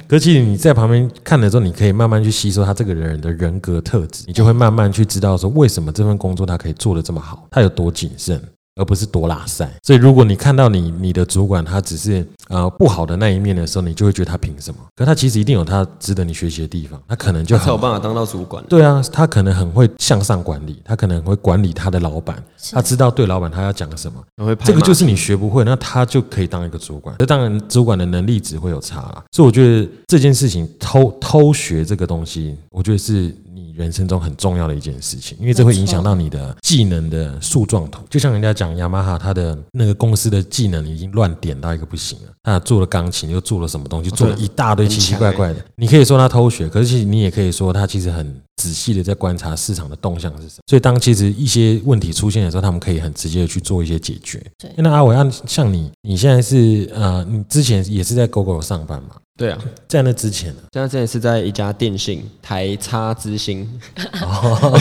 [SPEAKER 2] 可是其实你在旁边看的时候，你可以慢慢去吸收他这个人的人格特质，你就会慢慢去知道说为什么这份工作他可以做得这么好，他有多谨慎。而不是多拉塞，所以如果你看到你你的主管他只是呃不好的那一面的时候，你就会觉得他凭什么？可他其实一定有他值得你学习的地方，他可能就
[SPEAKER 3] 他才
[SPEAKER 2] 很
[SPEAKER 3] 有办法当到主管。
[SPEAKER 2] 对啊，他可能很会向上管理，他可能很会管理他的老板，他知道对老板他要讲什么，
[SPEAKER 3] 他会拍
[SPEAKER 2] 这个
[SPEAKER 3] 马
[SPEAKER 2] 就是你学不会，那他就可以当一个主管。那当然，主管的能力值会有差啦，所以我觉得这件事情偷偷学这个东西，我觉得是你人生中很重要的一件事情，因为这会影响到你的技能的树状图。就像人家讲雅马哈，他的那个公司的技能已经乱点到一个不行了，他做了钢琴，又做了什么
[SPEAKER 1] 哦
[SPEAKER 2] 东西，
[SPEAKER 1] 啊
[SPEAKER 2] 做了一大堆奇奇怪怪
[SPEAKER 1] 欸
[SPEAKER 2] 的。你可以说他偷学，可是其实你也可以说他其实很仔细的在观察市场的动向是什么。所以当其实一些问题出现的时候，他们可以很直接的去做一些解决。哎
[SPEAKER 1] 对
[SPEAKER 2] 那阿伟，按像你，你现在是呃，你之前也是在 GoGo 上班嘛？
[SPEAKER 3] 对啊，
[SPEAKER 2] 在那之前呢，
[SPEAKER 3] 现在之前是在一家电信台差之星， 然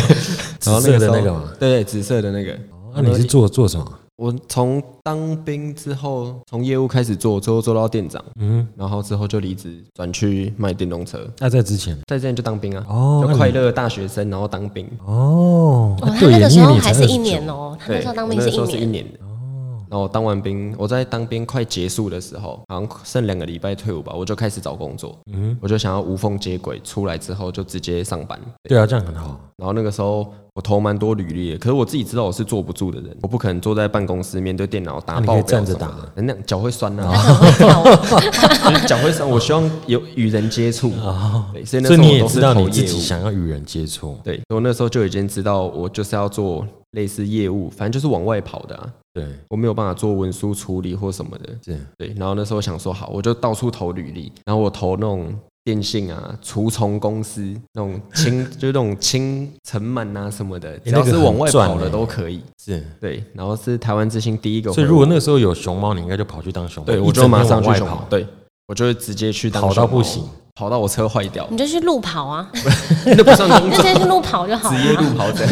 [SPEAKER 2] 紫
[SPEAKER 3] 后
[SPEAKER 2] 色
[SPEAKER 3] 时
[SPEAKER 2] 的
[SPEAKER 3] 候
[SPEAKER 2] 那个嘛？
[SPEAKER 3] 对对，紫色的那个。
[SPEAKER 1] 哦
[SPEAKER 2] 那、你是做做什么？
[SPEAKER 3] 我从当兵之后，从业务开始做，最后做到店长，
[SPEAKER 2] 嗯，
[SPEAKER 3] 然后之后就离职，转去卖电动车。
[SPEAKER 2] 那、在之前
[SPEAKER 3] 在这里就当兵啊，
[SPEAKER 2] 哦那
[SPEAKER 3] 就
[SPEAKER 2] 你
[SPEAKER 3] 快乐大学生，然后当兵。
[SPEAKER 2] 哦，
[SPEAKER 1] 哦，他
[SPEAKER 2] 对
[SPEAKER 1] 那
[SPEAKER 2] 耶
[SPEAKER 1] 个时
[SPEAKER 2] 因为
[SPEAKER 1] 候
[SPEAKER 2] 你
[SPEAKER 1] 还
[SPEAKER 2] 才
[SPEAKER 1] 是一
[SPEAKER 2] 29
[SPEAKER 1] 年哦，他那时候当兵
[SPEAKER 3] 我
[SPEAKER 1] 是
[SPEAKER 3] 那时
[SPEAKER 1] 一
[SPEAKER 3] 候是一
[SPEAKER 1] 年，
[SPEAKER 3] 年的。
[SPEAKER 2] 哦
[SPEAKER 3] 然后我当完兵，我在当兵快结束的时候，好像剩两个礼拜退伍吧，我就开始找工作。嗯，我就想要无缝接轨，出来之后就直接上班。对
[SPEAKER 2] 对啊，这样很好。
[SPEAKER 3] 然后那个时候我投蛮多履历的，可是我自己知道我是坐不住的人，我不可能坐在办公室面对电脑打
[SPEAKER 2] 那你可以
[SPEAKER 3] 报表
[SPEAKER 2] 站着
[SPEAKER 3] 什么
[SPEAKER 2] 打
[SPEAKER 3] 的，那样脚会酸呐、
[SPEAKER 1] 他很会跳舞
[SPEAKER 3] 就是脚会酸。我希望有与人接触，对，所以那
[SPEAKER 2] 哦所以
[SPEAKER 3] 时候
[SPEAKER 2] 你
[SPEAKER 3] 我
[SPEAKER 2] 也
[SPEAKER 3] 都
[SPEAKER 2] 知
[SPEAKER 3] 是
[SPEAKER 2] 道你
[SPEAKER 3] 投
[SPEAKER 2] 自
[SPEAKER 3] 业
[SPEAKER 2] 己
[SPEAKER 3] 务，
[SPEAKER 2] 想要与人接触，
[SPEAKER 3] 对，所以我那时候就已经知道我就是要做类似业务，反正就是往外跑的啊。
[SPEAKER 2] 对，
[SPEAKER 3] 我没有办法做文书处理或什么的，
[SPEAKER 2] 是
[SPEAKER 3] 对。然后那时候想说好，我就到处投履历，然后我投那种电信啊、除虫公司那种轻， 就是那种轻尘螨啊什么的，只
[SPEAKER 2] 那
[SPEAKER 3] 要
[SPEAKER 2] 个
[SPEAKER 3] 是往外
[SPEAKER 2] 很赚
[SPEAKER 3] 跑的
[SPEAKER 2] 欸
[SPEAKER 3] 都可以。
[SPEAKER 2] 是。
[SPEAKER 3] 对，然后是台湾之星第一个回我，
[SPEAKER 2] 所以如果那个时候有熊猫，你应该就跑去当熊猫，
[SPEAKER 3] 对
[SPEAKER 2] 一
[SPEAKER 3] 我就
[SPEAKER 2] 整
[SPEAKER 3] 马
[SPEAKER 2] 天
[SPEAKER 3] 上
[SPEAKER 2] 往
[SPEAKER 3] 去
[SPEAKER 2] 外
[SPEAKER 3] 熊
[SPEAKER 2] 跑
[SPEAKER 3] 猫，，对我就会直接去当
[SPEAKER 2] 跑到
[SPEAKER 3] 熊猫
[SPEAKER 2] 不行，
[SPEAKER 3] 跑到我车 坏掉
[SPEAKER 1] 你，就去路跑啊，
[SPEAKER 3] 那不算工
[SPEAKER 1] 那
[SPEAKER 3] 作
[SPEAKER 1] 直，接去路跑就好了
[SPEAKER 3] 职业
[SPEAKER 1] 啊，
[SPEAKER 3] 路跑者。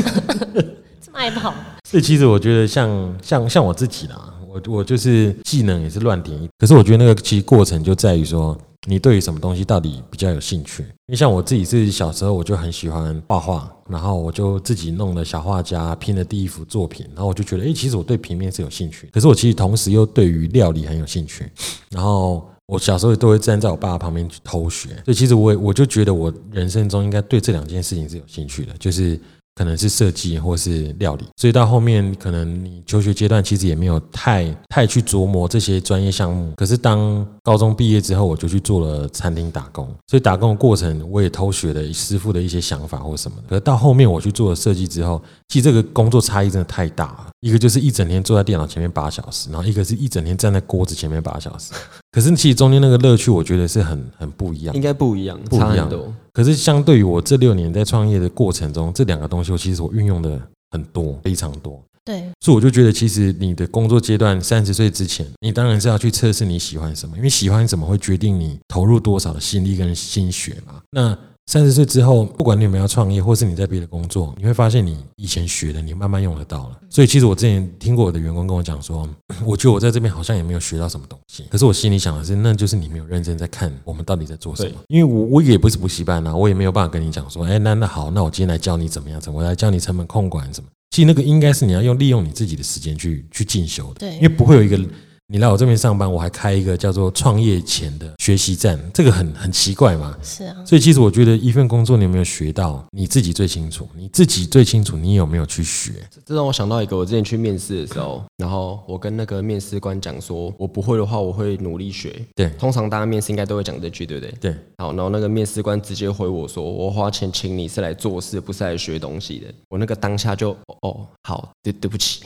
[SPEAKER 1] 这么爱跑，
[SPEAKER 2] 所以其实我觉得像像像我自己啦，我我就是技能也是乱点一，可是我觉得那个其实过程就在于说，你对于什么东西到底比较有兴趣？因为像我自己是小时候我就很喜欢画画，然后我就自己弄了小画家，拼了第一幅作品，然后我就觉得，诶，其实我对平面是有兴趣，可是我其实同时又对于料理很有兴趣，然后。我小时候都会站在我爸爸旁边去偷学，所以其实我也我就觉得我人生中应该对这两件事情是有兴趣的，就是可能是设计或是料理，所以到后面可能你求学阶段其实也没有太太去琢磨这些专业项目。可是当高中毕业之后，我就去做了餐厅打工，所以打工的过程我也偷学了师傅的一些想法或什么的。可是到后面我去做了设计之后，其实这个工作差异真的太大了，一个就是一整天坐在电脑前面八小时，然后一个是一整天站在锅子前面八小时。可是其实中间那个乐趣，我觉得是很很不一样
[SPEAKER 3] 应。该不一样，
[SPEAKER 2] 一
[SPEAKER 3] 差
[SPEAKER 2] 样
[SPEAKER 3] 很多。
[SPEAKER 2] 可是相对于我这六年在创业的过程中，这两个东西我其实我运用的很多，非常多。
[SPEAKER 1] 对
[SPEAKER 2] 所以我就觉得，其实你的工作阶段三十岁之前，你当然是要去测试你喜欢什么，因为喜欢什么会决定你投入多少的心力跟心血嘛。那三十岁之后，不管你有没有要创业，或是你在别的工作，你会发现你以前学的，你慢慢用得到了。所以其实我之前听过我的员工跟我讲说， 我觉得我在这边好像也没有学到什么东西。可是我心里想的是，那就是你没有认真在看我们到底在做什么
[SPEAKER 3] 对。
[SPEAKER 2] 因为我我也不是补习班啊，我也没有办法跟你讲说，哎，那那好，那我今天来教你怎么样，怎么我来教你成本控管什么。其实那个应该是你要用利用你自己的时间去去进修的，因
[SPEAKER 1] 对
[SPEAKER 2] 为不会有一个你来我这边上班，我还开一个叫做创业前的学习站，这个很很奇怪嘛。
[SPEAKER 1] 是啊，
[SPEAKER 2] 所以其实我觉得一份工作你有没有学到，你自己最清楚，你自己最清楚你有没有去学。
[SPEAKER 3] 这让我想到一个，我之前去面试的时候，然后我跟那个面试官讲说，我不会的话，我会努力学。
[SPEAKER 2] 对
[SPEAKER 3] 通常大家面试应该都会讲这句，对不对？
[SPEAKER 2] 对，
[SPEAKER 3] 好，然后那个面试官直接回我说，我花钱请你是来做事，不是来学东西的。我那个当下就，哦哦，好，对对 不起，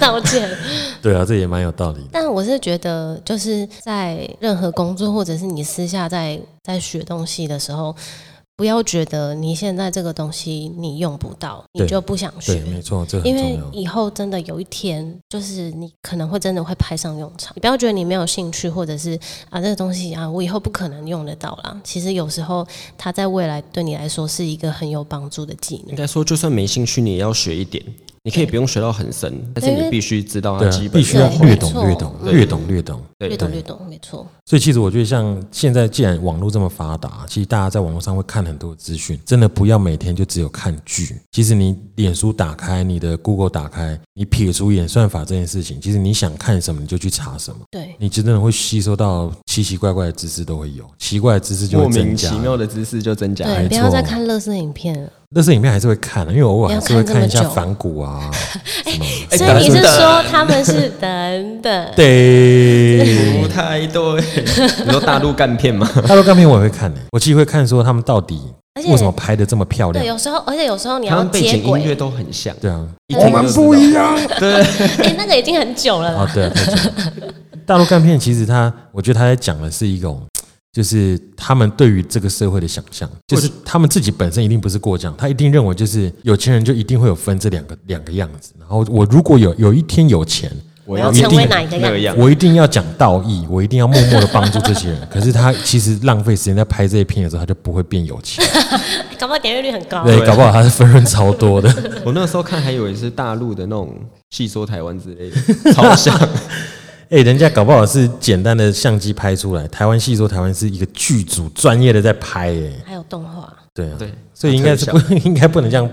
[SPEAKER 1] 道歉。
[SPEAKER 2] 对啊，这也蛮有道理的。
[SPEAKER 1] 但我是觉得，就是在任何工作，或者是你私下在在学东西的时候，不要觉得你现在这个东西你用不到，
[SPEAKER 2] 对
[SPEAKER 1] 你就不想
[SPEAKER 2] 对，
[SPEAKER 1] 学。
[SPEAKER 2] 没错，这很
[SPEAKER 1] 因
[SPEAKER 2] 重
[SPEAKER 1] 为
[SPEAKER 2] 要。
[SPEAKER 1] 以后真的有一天，就是你可能会真的会派上用场。你不要觉得你没有兴趣，或者是啊这个东西啊，我以后不可能用得到啦。其实有时候它在未来对你来说是一个很有帮助的技
[SPEAKER 3] 应
[SPEAKER 1] 能。
[SPEAKER 3] 该说，就算没兴趣，你也要学一点。你可以不用学到很深，但是
[SPEAKER 1] 因为
[SPEAKER 3] 你必须知道
[SPEAKER 2] 对
[SPEAKER 3] 它
[SPEAKER 2] 啊
[SPEAKER 3] 基，本
[SPEAKER 2] 必须要
[SPEAKER 3] 的
[SPEAKER 1] 对
[SPEAKER 2] 略
[SPEAKER 1] 没
[SPEAKER 2] 懂
[SPEAKER 1] 错
[SPEAKER 2] 略懂
[SPEAKER 3] 对
[SPEAKER 2] 略懂略懂。
[SPEAKER 1] 略
[SPEAKER 3] 对
[SPEAKER 1] 懂略懂，没错，
[SPEAKER 2] 所以其实我觉得，像现在既然网络这么发达，其实大家在网络上会看很多资讯，真的不要每天就只有看剧。其实你脸书打开，你的 Google 打开，你撇除演算法这件事情，其实你想看什么你就去查什么，
[SPEAKER 1] 对。
[SPEAKER 2] 你真的会吸收到奇奇怪怪的知识都会有，奇怪的知识就
[SPEAKER 3] 莫
[SPEAKER 2] 会增
[SPEAKER 3] 名
[SPEAKER 2] 加
[SPEAKER 3] 其。妙的知识就增加了。
[SPEAKER 1] 对，
[SPEAKER 2] 没
[SPEAKER 1] 不要再
[SPEAKER 2] 错
[SPEAKER 1] 看乐色影片了。
[SPEAKER 2] 但是影片还是会看的，因为我偶尔还是会看一
[SPEAKER 1] 不要看这么
[SPEAKER 2] 下
[SPEAKER 1] 久
[SPEAKER 2] 反 骨啊什么。
[SPEAKER 1] 所以
[SPEAKER 3] 打
[SPEAKER 1] 你是
[SPEAKER 3] 算
[SPEAKER 1] 说他们是等 等？
[SPEAKER 2] 对，
[SPEAKER 3] 不太对， 你说大陆干 片吗？
[SPEAKER 2] 大陆干片我也会看的、我其实会看说他们到底
[SPEAKER 1] 而且
[SPEAKER 2] 为什么拍的这么漂亮
[SPEAKER 1] 对，。有时候，而且有时候你
[SPEAKER 3] 他
[SPEAKER 1] 要
[SPEAKER 3] 们背
[SPEAKER 1] 接
[SPEAKER 3] 景音乐
[SPEAKER 1] 轨，
[SPEAKER 3] 都很像，
[SPEAKER 2] 对啊，
[SPEAKER 3] 一听就知道。
[SPEAKER 2] 样。
[SPEAKER 1] 哎、那个已经很久了啦。
[SPEAKER 2] 啊，对啊， 太久了大陆干片其实它，我觉得他在讲的是一种，就是他们对于这个社会的想象，就是他们自己本身一定不是过奖，他一定认为就是有钱人就一定会有分这两个两个样子。然后我如果有有一天有钱，
[SPEAKER 3] 我
[SPEAKER 1] 要
[SPEAKER 2] 一定
[SPEAKER 1] 成为哪一个
[SPEAKER 3] 那个
[SPEAKER 1] 样
[SPEAKER 3] 样
[SPEAKER 2] 我一定要讲道义，我一定要默默的帮助这些 人。可是他其实浪费时间在拍这些片的时候，他就不会变有钱，
[SPEAKER 1] 子？搞不好点阅率很高。
[SPEAKER 2] 对，搞不好他是分润超多的。
[SPEAKER 3] 我那时候看还以为是大陆的那种戏说台湾之类的，超像。
[SPEAKER 2] 哎、人家搞不好是简单的相机拍出来，台湾戏说台湾是一个剧组专业的在拍、哎。
[SPEAKER 1] 还有动画，
[SPEAKER 2] 对啊，
[SPEAKER 3] 对
[SPEAKER 2] 所以应该是不 应该不能这样。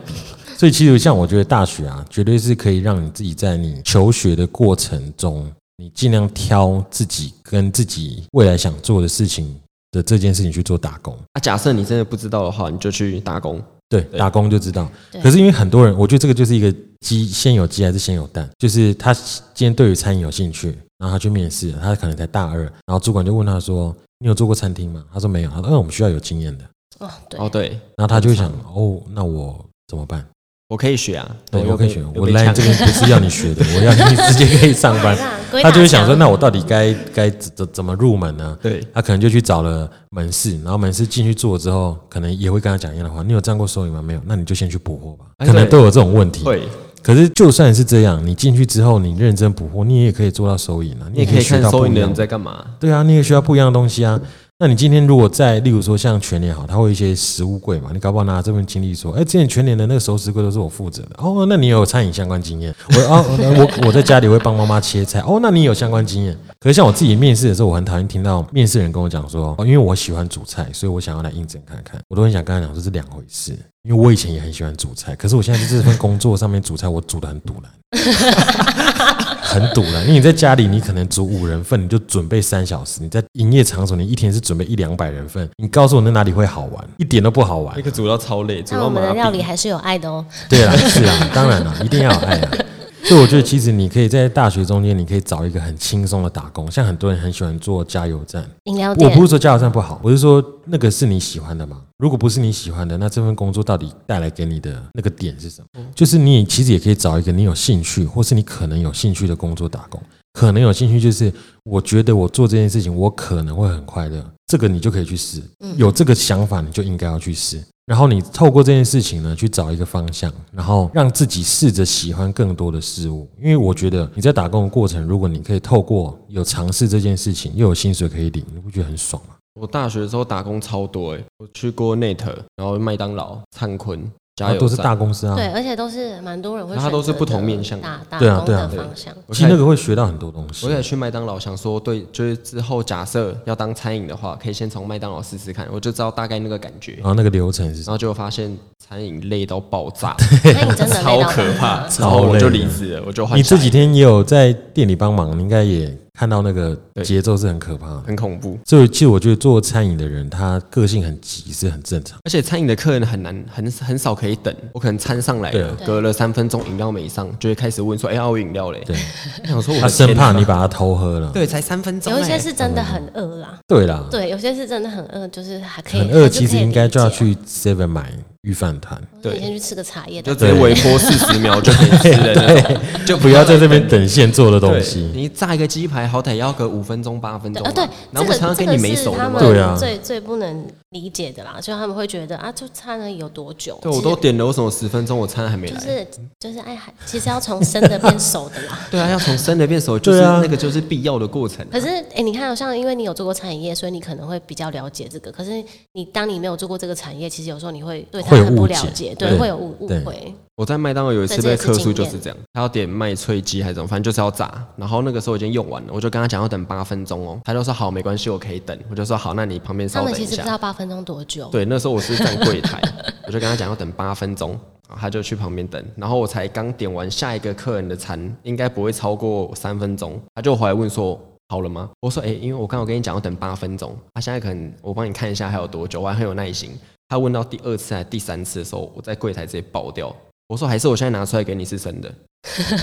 [SPEAKER 2] 所以其实像我觉得大学啊，绝对是可以让你自己在你求学的过程中，你尽量挑自己跟自己未来想做的事情的这件事情去做打工。
[SPEAKER 3] 啊，假设你真的不知道的话，你就去打工。
[SPEAKER 2] 对，打工就知道。
[SPEAKER 1] 对
[SPEAKER 2] 可是因为很多人，我觉得这个就是一个鸡，先有鸡还是先有蛋？就是他今天对于餐饮有兴趣，然后他去面试，他可能才大二，然后主管就问他说：“你有做过餐厅吗？”他说：“没有。”他说：“嗯，我们需要有经验的。
[SPEAKER 1] 哦，对，
[SPEAKER 3] 哦，对，”
[SPEAKER 2] 然后他就会想：“哦，那我怎么办？”
[SPEAKER 3] 我可以学啊，
[SPEAKER 2] 对，
[SPEAKER 3] 又
[SPEAKER 2] 我可以
[SPEAKER 3] 被
[SPEAKER 2] 选。
[SPEAKER 3] 又
[SPEAKER 2] 我
[SPEAKER 3] 被
[SPEAKER 2] 来
[SPEAKER 3] 呛
[SPEAKER 2] 这边不 是要你学的，我要你直接可以上班。
[SPEAKER 1] 鬼打
[SPEAKER 2] 他就会想说，
[SPEAKER 1] 墙
[SPEAKER 2] 那我到底该该怎怎怎么入门呢？
[SPEAKER 3] 对
[SPEAKER 2] 他可能就去找了门市，然后门市进去做之后，可能也会跟他讲一样的话。你有站过收银吗？没有，那你就先去补货吧。
[SPEAKER 3] 哎
[SPEAKER 2] 可能
[SPEAKER 3] 对
[SPEAKER 2] 都有这种问题。
[SPEAKER 3] 会，
[SPEAKER 2] 可是就算是这样，你进去之后，你认真补货，你也可以做到收银啊，
[SPEAKER 3] 你也
[SPEAKER 2] 也
[SPEAKER 3] 可以
[SPEAKER 2] 学
[SPEAKER 3] 看
[SPEAKER 2] 到
[SPEAKER 3] 收
[SPEAKER 2] 不
[SPEAKER 3] 银
[SPEAKER 2] 一
[SPEAKER 3] 的
[SPEAKER 2] 样
[SPEAKER 3] 人。在干嘛。
[SPEAKER 2] 对啊，你也学到不一样的东西啊。那你今天如果在，例如说像全年好，它会有一些食物柜嘛，你搞不好拿这份经历说，哎、之前全年的那个熟食柜都是我负责的，哦，那你有餐饮相关经验，我哦，那我我在家里会帮妈妈切菜，哦，那你有相关经验。可是像我自己面试的时候，我很讨厌听到面试人跟我讲说，哦，因为我喜欢煮菜，所以我想要来应征看看，我都很想跟他讲说这是两回事。因为我以前也很喜欢煮菜，可是我现在在这份工作上面煮菜，我煮的很堵然。很堵了，因为你在家里，你可能煮五人份，你就准备三小时；你在营业场所，你一天是准备一两百人份。你告诉我那哪里会好玩？一点都不好玩
[SPEAKER 3] 那。个煮到超累，煮
[SPEAKER 1] 那
[SPEAKER 3] 到
[SPEAKER 1] 我们
[SPEAKER 3] 麻
[SPEAKER 1] 的料理
[SPEAKER 3] 痹。
[SPEAKER 1] 还是有爱的哦。
[SPEAKER 2] 对啦，是啊，当然啦，一定要有爱啊。所以我觉得，其实你可以在大学中间，你可以找一个很轻松的打工，像很多人很喜欢做加油站。
[SPEAKER 1] 饮料
[SPEAKER 2] 我
[SPEAKER 1] 店
[SPEAKER 2] 不是说加油站不好，我是说那个是你喜欢的吗？如果不是你喜欢的，那这份工作到底带来给你的那个点是什么？就是你其实也可以找一个你有兴趣，或是你可能有兴趣的工作打工。可能有兴趣就是，我觉得我做这件事情，我可能会很快乐。这个你就可以去试，有这个想法你就应该要去试。然后你透过这件事情呢，去找一个方向，然后让自己试着喜欢更多的事物。因为我觉得你在打工的过程，如果你可以透过有尝试这件事情，又有薪水可以领，你不觉得很爽吗？
[SPEAKER 3] 我大学的时候打工超多哎、我去过 Net，然后麦当劳、灿坤、加
[SPEAKER 2] 然
[SPEAKER 3] 油
[SPEAKER 2] 后都是
[SPEAKER 3] 站
[SPEAKER 2] 大公司啊，
[SPEAKER 1] 对，而且都是蛮多人会选择
[SPEAKER 3] 它
[SPEAKER 1] 的，
[SPEAKER 3] 都是不同面向
[SPEAKER 1] 打打
[SPEAKER 2] 对啊
[SPEAKER 1] 工
[SPEAKER 2] 对啊
[SPEAKER 1] 的
[SPEAKER 2] 对
[SPEAKER 1] 方向。
[SPEAKER 3] 我
[SPEAKER 2] 其实
[SPEAKER 3] 开
[SPEAKER 2] 那个会学到很多东西
[SPEAKER 3] 我。也去麦当劳，想说对，就是之后假设要当餐饮的话，可以先从麦当劳试试看，我就知道大概那个感觉。
[SPEAKER 2] 然后那个流程是
[SPEAKER 3] 然后就发现餐饮累到爆炸，
[SPEAKER 1] 那你真的累
[SPEAKER 3] 超
[SPEAKER 1] 到
[SPEAKER 3] 可
[SPEAKER 1] 爆
[SPEAKER 3] 怕
[SPEAKER 1] 炸，
[SPEAKER 2] 超
[SPEAKER 3] 然后我
[SPEAKER 2] 累
[SPEAKER 3] 就
[SPEAKER 2] 的
[SPEAKER 3] 离职了，我就换
[SPEAKER 2] 你
[SPEAKER 3] 下
[SPEAKER 2] 这
[SPEAKER 3] 一
[SPEAKER 2] 几
[SPEAKER 3] 个
[SPEAKER 2] 天也有在店里帮忙，你应该也看到那个
[SPEAKER 3] 对
[SPEAKER 2] 节奏是很可怕的。
[SPEAKER 3] 很恐怖，
[SPEAKER 2] 所以其实我觉得做餐饮的人，他个性很急是很正常。
[SPEAKER 3] 而且餐饮的客人很难，很很少可以等。我可能餐上来了，
[SPEAKER 1] 对
[SPEAKER 3] 隔了三分钟饮料没上，就会开始问说：“哎、要我饮料嘞
[SPEAKER 2] 对，？”
[SPEAKER 3] 我想说我
[SPEAKER 2] 他
[SPEAKER 3] 的
[SPEAKER 2] 生
[SPEAKER 3] 天
[SPEAKER 2] 怕
[SPEAKER 3] 哪
[SPEAKER 2] 你把他偷喝了。
[SPEAKER 3] 对，才三分钟、
[SPEAKER 1] 有一些
[SPEAKER 3] 哎
[SPEAKER 1] 是真的很饿啦，
[SPEAKER 2] 对啦，
[SPEAKER 1] 对，有些是真的很饿，就是还可以
[SPEAKER 2] 很
[SPEAKER 1] 还
[SPEAKER 2] 饿，
[SPEAKER 1] 是
[SPEAKER 2] 其
[SPEAKER 1] 可
[SPEAKER 2] 实
[SPEAKER 1] 以
[SPEAKER 2] 应该
[SPEAKER 1] 理
[SPEAKER 2] 就要
[SPEAKER 1] 解啊
[SPEAKER 2] 去 Seven 买预饭团，
[SPEAKER 1] 或者你先去吃个茶叶
[SPEAKER 3] 就
[SPEAKER 1] 蛋，
[SPEAKER 3] 直接微波四十秒就可以吃的那种，就
[SPEAKER 2] 不要在这
[SPEAKER 3] 边。
[SPEAKER 2] 边等现做的东
[SPEAKER 3] 对，
[SPEAKER 2] 西。
[SPEAKER 3] 你炸一个鸡排，好歹也要个五分钟、八分钟吧
[SPEAKER 1] 啊，对，
[SPEAKER 3] 然后不
[SPEAKER 1] 这
[SPEAKER 3] 常常
[SPEAKER 1] 个
[SPEAKER 3] 给
[SPEAKER 1] 这
[SPEAKER 3] 你
[SPEAKER 1] 个
[SPEAKER 3] 没
[SPEAKER 1] 是
[SPEAKER 3] 熟
[SPEAKER 1] 他
[SPEAKER 3] 的嘛。
[SPEAKER 2] 对啊
[SPEAKER 1] 们最最不能理解的啦，就他们会觉得啊，就差了有多久？
[SPEAKER 3] 对，我
[SPEAKER 1] 其
[SPEAKER 3] 都
[SPEAKER 1] 实
[SPEAKER 3] 点了，为什么十分钟我餐还没
[SPEAKER 1] 就
[SPEAKER 3] 来？
[SPEAKER 1] 是就是哎，还其实要从生的变熟的啦。
[SPEAKER 3] 对啊，要从生的变熟，就是
[SPEAKER 2] 对啊
[SPEAKER 3] 那个就是必要的过程啊。
[SPEAKER 1] 可是，哎、你看，好像因为你有做过产业，所以你可能会比较了解这个。可是，你当你没有做过这个产业，其实有时候你会对它
[SPEAKER 2] 会有
[SPEAKER 1] 很不
[SPEAKER 2] 误
[SPEAKER 1] 了
[SPEAKER 2] 解
[SPEAKER 1] 解，
[SPEAKER 2] 对
[SPEAKER 1] 对，会有误误
[SPEAKER 2] 对
[SPEAKER 1] 会。
[SPEAKER 3] 我在麦当劳有一次
[SPEAKER 1] 对这
[SPEAKER 3] 被
[SPEAKER 1] 也是
[SPEAKER 3] 客
[SPEAKER 1] 经
[SPEAKER 3] 诉就是
[SPEAKER 1] 验
[SPEAKER 3] 这样，他要点麦脆鸡还是怎么，反正就是要炸。然后那个时候已经用完了，我就跟他讲要等八分钟哦，他就说好，没关系，我可以等。我就说好，那你旁边
[SPEAKER 1] 他
[SPEAKER 3] 稍
[SPEAKER 1] 们
[SPEAKER 3] 等
[SPEAKER 1] 其
[SPEAKER 3] 一
[SPEAKER 1] 实不
[SPEAKER 3] 下
[SPEAKER 1] 知。道八分钟多久，
[SPEAKER 3] 对，那时候我是站柜台， 我就跟他讲要等八分钟，然后他就去旁边等，然后我才刚点完下一个客人的餐，应该不会超过三分钟，他就回来问说。好了吗？我说，哎、因为我刚好跟你讲要等八分钟，啊他、现在可能我帮你看一下还有多久，我还很有耐心。他问到第二次还是第三次的时候，我在柜台直接爆掉，我说还是我现在拿出来给你是生的，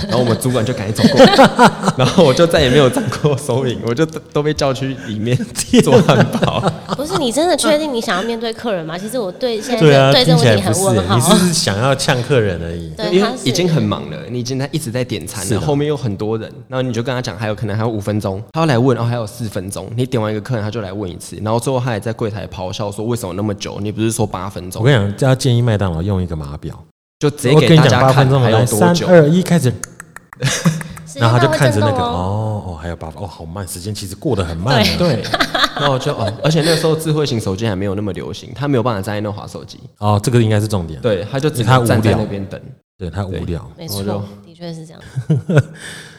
[SPEAKER 3] 然后我们主管就赶紧走过来， 然后我就再也没有站过收银，我就都都被叫去里面 做汉堡。
[SPEAKER 1] 啊不是你真的确定你想要面对客人吗？其实我对现在
[SPEAKER 2] 对啊，
[SPEAKER 1] 这对这
[SPEAKER 2] 听
[SPEAKER 1] 个
[SPEAKER 2] 起
[SPEAKER 1] 问
[SPEAKER 2] 来
[SPEAKER 1] 题
[SPEAKER 2] 不
[SPEAKER 1] 很
[SPEAKER 2] 是，
[SPEAKER 1] 问号
[SPEAKER 2] 你是。不是想要呛客人而已。
[SPEAKER 1] 对，
[SPEAKER 3] 因为
[SPEAKER 1] 他是
[SPEAKER 3] 已经很忙了，你已经在一直在点餐
[SPEAKER 2] 是
[SPEAKER 3] 了，
[SPEAKER 2] 的
[SPEAKER 3] 后面又很多人，然后你就跟他讲还有可能还有五分钟，他要来问，哦还有四分钟，你点完一个客人他就来问一次，然后最后他也在柜台咆哮说为什么那么久？你不是说八分
[SPEAKER 2] 我
[SPEAKER 3] 钟？
[SPEAKER 2] 跟你讲，要建议麦当劳用一个码表，
[SPEAKER 3] 就直接
[SPEAKER 2] 我跟
[SPEAKER 3] 给
[SPEAKER 2] 你
[SPEAKER 3] 大
[SPEAKER 2] 讲
[SPEAKER 3] 家
[SPEAKER 2] 八分
[SPEAKER 3] 看
[SPEAKER 2] 钟，
[SPEAKER 3] 还有
[SPEAKER 2] 来
[SPEAKER 3] 多
[SPEAKER 2] 三
[SPEAKER 3] 久？
[SPEAKER 2] 二一开始，
[SPEAKER 1] 时间
[SPEAKER 2] 然后他就
[SPEAKER 1] 会
[SPEAKER 2] 看着那
[SPEAKER 1] 震
[SPEAKER 2] 个，
[SPEAKER 1] 动哦
[SPEAKER 2] 哦哦，还有八分，哦，好慢，时间其实过得很慢啊。
[SPEAKER 3] 对，然后我就哦，而且那时候智慧型手机还没有那么流行，他没有办法站在那划手机，
[SPEAKER 2] 哦，这个应该是重点。
[SPEAKER 3] 对，他就只
[SPEAKER 2] 因为他
[SPEAKER 3] 能站在
[SPEAKER 2] 无聊
[SPEAKER 3] 那边等。
[SPEAKER 2] 对，他无聊。
[SPEAKER 1] 没
[SPEAKER 3] 我
[SPEAKER 1] 错
[SPEAKER 3] 就，
[SPEAKER 1] 的确是这样。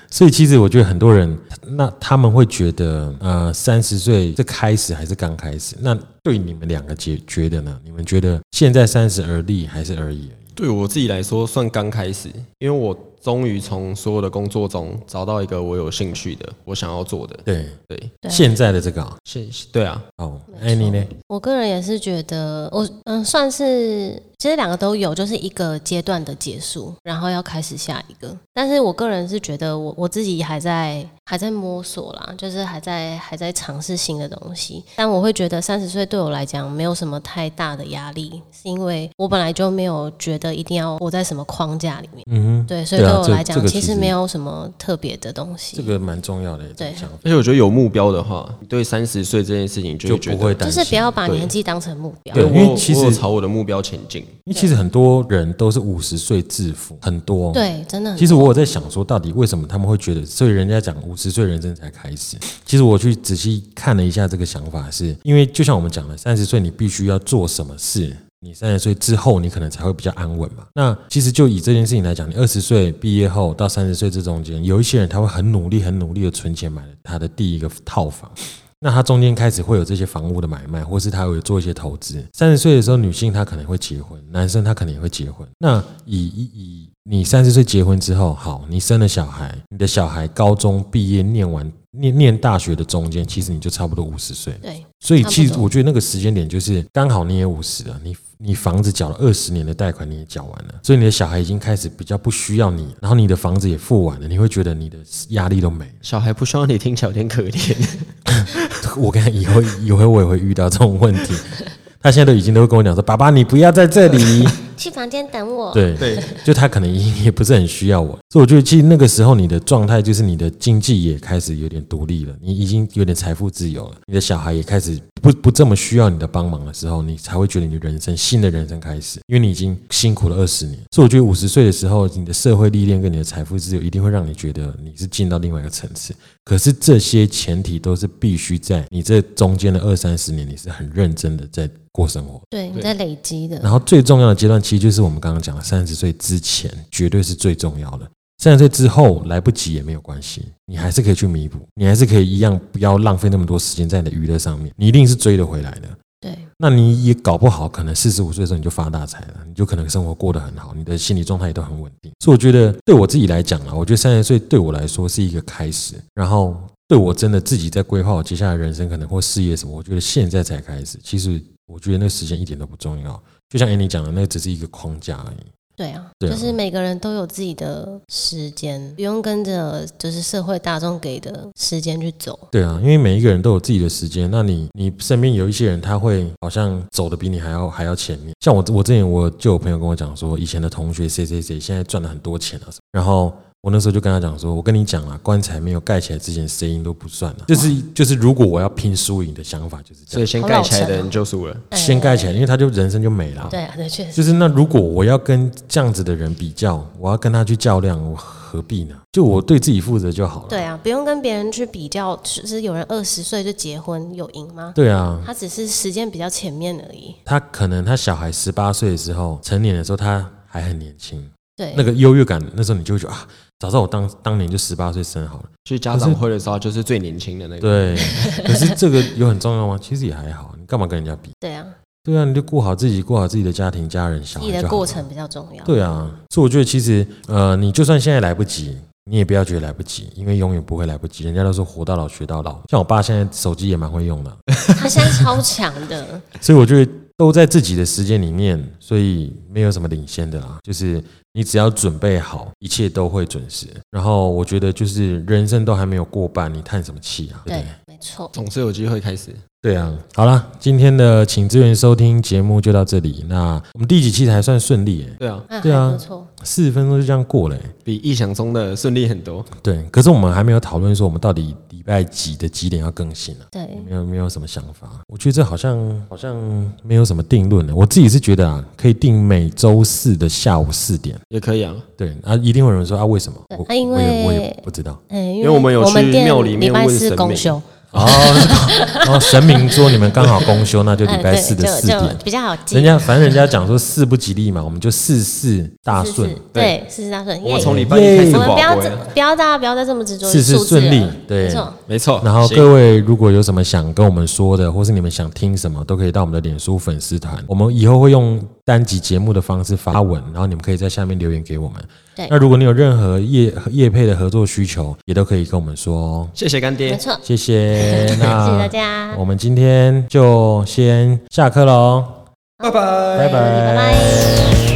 [SPEAKER 2] 所以其实我觉得很多人，那他们会觉得，呃，三十岁这开始还是刚开始？那对你们两个觉觉得呢？你们觉得现在三十而立还是而已？
[SPEAKER 3] 对我自己来说算刚开始，因为我终于从所有的工作中找到一个我有兴趣的，我想要做的。
[SPEAKER 2] 对，
[SPEAKER 3] 对，
[SPEAKER 1] 对
[SPEAKER 2] 现在的这个啊
[SPEAKER 3] 是，对啊，
[SPEAKER 2] 哦，
[SPEAKER 1] 没
[SPEAKER 2] 哎，你呢？
[SPEAKER 1] 我个人也是觉得，我嗯算是其实两个都有，就是一个阶段的结束，然后要开始下一个。但是我个人是觉得我，我自己还在还在摸索啦，就是还在还在尝试新的东西。但我会觉得三十岁对我来讲没有什么太大的压力，是因为我本来就没有觉得一定要活在什么框架里面。
[SPEAKER 2] 嗯哼，
[SPEAKER 1] 对，所以
[SPEAKER 2] 对
[SPEAKER 1] 对
[SPEAKER 2] 啊啊
[SPEAKER 1] 我
[SPEAKER 2] 这
[SPEAKER 1] 来讲，
[SPEAKER 2] 这个
[SPEAKER 1] 其
[SPEAKER 2] 其
[SPEAKER 1] 实
[SPEAKER 2] 实
[SPEAKER 1] 没有什么特别的东西。
[SPEAKER 2] 这个蛮重要的
[SPEAKER 1] 对
[SPEAKER 2] 想法，
[SPEAKER 3] 而且我觉得有目标的话，你对三十岁这件事情就
[SPEAKER 2] 就
[SPEAKER 3] 会觉
[SPEAKER 2] 不
[SPEAKER 3] 得
[SPEAKER 2] 会担
[SPEAKER 1] 就
[SPEAKER 2] 心。
[SPEAKER 1] 是不要把
[SPEAKER 3] 对
[SPEAKER 1] 年纪当成目标。
[SPEAKER 2] 对
[SPEAKER 3] 我
[SPEAKER 2] 因为
[SPEAKER 3] 有
[SPEAKER 2] 其
[SPEAKER 3] 我有
[SPEAKER 2] 实
[SPEAKER 3] 朝我的目标前进，
[SPEAKER 2] 因为其实很多人都是五十岁致富，很多。，
[SPEAKER 1] 对，真的很
[SPEAKER 2] 其实我有在想说，到底为什么他们会觉得，所以人家讲五十岁人生才开始。其实我去仔细看了一下这个想法是，因为就像我们讲的，三十岁你必须要做什么事。你三十岁之后，你可能才会比较安稳嘛。那其实就以这件事情来讲，你二十岁毕业后到三十岁这中间，有一些人他会很努力、很努力的存钱买了他的第一个套房，那他中间开始会有这些房屋的买卖，或是他有做一些投资。三十岁的时候，女性她可能会结婚，男生他可能也会结婚。那以以以你三十岁结婚之后，好，你生了小孩，你的小孩高中毕业念完念念大学的中间，其实你就差不多五十岁。
[SPEAKER 1] 对，
[SPEAKER 2] 所以
[SPEAKER 1] 差不
[SPEAKER 2] 其实
[SPEAKER 1] 多
[SPEAKER 2] 我觉得那个时间点就是刚好你也五十了，你你房子缴了二十年的贷款你也缴完了，所以你的小孩已经开始比较不需要你，然后你的房子也付完了，你会觉得你的压力都没了。
[SPEAKER 3] 小孩不需要你听起来有点可怜，
[SPEAKER 2] 我跟他以后以后我也会遇到这种问题，他现在都已经都会跟我讲说：“爸爸，你不要在这里。
[SPEAKER 1] 去房间等”我。
[SPEAKER 2] 对对，就他可能也不是很需要我，所以我觉得其实那个时候你的状态就是你的经济也开始有点独立了，你已经有点财富自由了，你的小孩也开始不不这么需要你的帮忙的时候，你才会觉得你的人生新的人生开始，因为你已经辛苦了二十年。所以我觉得五十岁的时候，你的社会历练跟你的财富自由一定会让你觉得你是进到另外一个层次。可是这些前提都是必须在你这中间的二三十年，你是很认真的在过生活。
[SPEAKER 1] 对，你在累积的。
[SPEAKER 2] 然后最重要的阶段，其实就是我们刚刚讲的三十岁之前，绝对是最重要的。三十岁之后来不及也没有关系，你还是可以去弥补，你还是可以一样不要浪费那么多时间在你的娱乐上面，你一定是追得回来的。
[SPEAKER 1] 对，
[SPEAKER 2] 那你也搞不好，可能四十五岁的时候你就发大财了，你就可能生活过得很好，你的心理状态也都很稳定。所以我觉得对我自己来讲啦，我觉得三十岁对我来说是一个开始，然后对我真的自己在规划我接下来的人生可能或事业什么，我觉得现在才开始。其实我觉得那时间一点都不重要，就像 Annie 讲的，那只是一个框架而已。
[SPEAKER 1] 对啊，
[SPEAKER 2] 对啊
[SPEAKER 1] 就是每个人都有自己的时间，不用跟着就是社会大众给的时间去走。
[SPEAKER 2] 对啊，因为每一个人都有自己的时间。那你你身边有一些人，他会好像走的比你还要还要前面。像我我之前我就有朋友跟我讲说，以前的同学谁谁谁现在赚了很多钱啊，然后。我那时候就跟他讲说，我跟你讲啊，棺材没有盖起来之前，谁赢都不算啊。就是就是，如果我要拼输赢的想法就是这
[SPEAKER 3] 所以
[SPEAKER 2] 样，
[SPEAKER 3] 先
[SPEAKER 1] 好
[SPEAKER 3] 盖
[SPEAKER 1] 老
[SPEAKER 3] 起来的
[SPEAKER 1] 成哦
[SPEAKER 3] 人就输了。
[SPEAKER 2] 先盖起来，因为他就人生就没了啊。
[SPEAKER 1] 对啊，对，确实。
[SPEAKER 2] 就是那如果我要跟这样子的人比较，我要跟他去较量，我何必呢？就我对自己负责就好了。
[SPEAKER 1] 对啊，不用跟别人去比较，就是有人二十岁就结婚，有赢吗？
[SPEAKER 2] 对啊，
[SPEAKER 1] 他只是时间比较前面而已。
[SPEAKER 2] 他可能他小孩十八岁的时候，成年的时候他还很年轻，
[SPEAKER 1] 对，
[SPEAKER 2] 那个优越感，那时候你就会觉得啊，早知道我当当年就十八岁生好了。
[SPEAKER 3] 去家长会的时候，就是最年轻的那 个。
[SPEAKER 2] 对，可是这个有很重要吗？其实也还好，你干嘛跟人家比？
[SPEAKER 1] 对啊，
[SPEAKER 2] 对啊，你就顾好自己，顾好自己的家庭、家人、小
[SPEAKER 1] 自己
[SPEAKER 2] 孩就好
[SPEAKER 1] 的
[SPEAKER 2] 了
[SPEAKER 1] 过程比较重要。
[SPEAKER 2] 对啊，所以我觉得其实呃，你就算现在来不及，你也不要觉得来不及，因为永远不会来不及。人家都说活到老学到老，像我爸现在手机也蛮会用的，
[SPEAKER 1] 他现在超强的，
[SPEAKER 2] 所以我觉得都在自己的时间里面，所以没有什么领先的啦。就是你只要准备好，一切都会准时。然后我觉得就是人生都还没有过半，你叹什么气啊？对不
[SPEAKER 1] 对
[SPEAKER 2] 对？，
[SPEAKER 1] 没错。
[SPEAKER 3] 总是有机会开始。
[SPEAKER 2] 对啊，好啦，今天的请支援收听节目就到这里。那我们第几期还算顺利、欸？
[SPEAKER 3] 对啊，
[SPEAKER 1] 啊，
[SPEAKER 2] 对啊
[SPEAKER 1] 还不错。
[SPEAKER 2] 四十分钟就这样过了、欸。
[SPEAKER 3] 比意想中的顺利很多。
[SPEAKER 2] 对，可是我们还没有讨论说我们到底礼拜几的几点要更新啊？
[SPEAKER 1] 对，
[SPEAKER 2] 没有没有什么想法，我觉得这好像好像没有什么定论的。我自己是觉得啊，可以定每周四的下午四点。
[SPEAKER 3] 也可以啊，
[SPEAKER 2] 对啊，一定会有人说啊，为什么？我
[SPEAKER 1] 啊因
[SPEAKER 2] 我也我也
[SPEAKER 1] 为
[SPEAKER 2] 不知道。
[SPEAKER 1] 哎，因
[SPEAKER 3] 为我们有
[SPEAKER 1] 我
[SPEAKER 3] 去
[SPEAKER 1] 们店
[SPEAKER 3] 庙里
[SPEAKER 1] 礼
[SPEAKER 3] 面
[SPEAKER 1] 拜
[SPEAKER 3] 问
[SPEAKER 1] 四
[SPEAKER 3] 神
[SPEAKER 1] 公
[SPEAKER 3] 明
[SPEAKER 1] 休，
[SPEAKER 2] 哦， 哦，神明说你们刚好公休，那就礼
[SPEAKER 1] 哎，
[SPEAKER 2] 拜
[SPEAKER 1] 对，
[SPEAKER 2] 四的四
[SPEAKER 1] 就
[SPEAKER 2] 点
[SPEAKER 1] 就。比较好记
[SPEAKER 2] 人。家反正人家讲说四不吉利嘛，我们就四四大
[SPEAKER 1] 是
[SPEAKER 2] 顺
[SPEAKER 1] 是，对，四十大顺，
[SPEAKER 3] 我们
[SPEAKER 1] 耶
[SPEAKER 3] 从礼拜一开始
[SPEAKER 1] 我们不
[SPEAKER 3] 划
[SPEAKER 1] 要
[SPEAKER 3] 归
[SPEAKER 1] 再
[SPEAKER 3] 了，
[SPEAKER 1] 不要大家不要再这么执着于
[SPEAKER 2] 事事
[SPEAKER 1] 数字
[SPEAKER 2] 顺利
[SPEAKER 1] 了，
[SPEAKER 2] 对
[SPEAKER 1] 没错，
[SPEAKER 3] 没错。
[SPEAKER 2] 然后
[SPEAKER 3] 行
[SPEAKER 2] 各位如果有什么想跟我们说的，或是你们想听什么，都可以到我们的脸书粉丝团。我们以后会用单集节目的方式发文，然后你们可以在下面留言给我们。
[SPEAKER 1] 对
[SPEAKER 2] 那如果你有任何业业配的合作需求，也都可以跟我们说哦。
[SPEAKER 3] 谢谢干
[SPEAKER 1] 没
[SPEAKER 3] 爹，
[SPEAKER 1] 错，
[SPEAKER 2] 谢谢，谢
[SPEAKER 1] 谢谢大家，
[SPEAKER 2] 我们今天就先下课喽，
[SPEAKER 3] 拜拜
[SPEAKER 2] 拜拜
[SPEAKER 1] 拜拜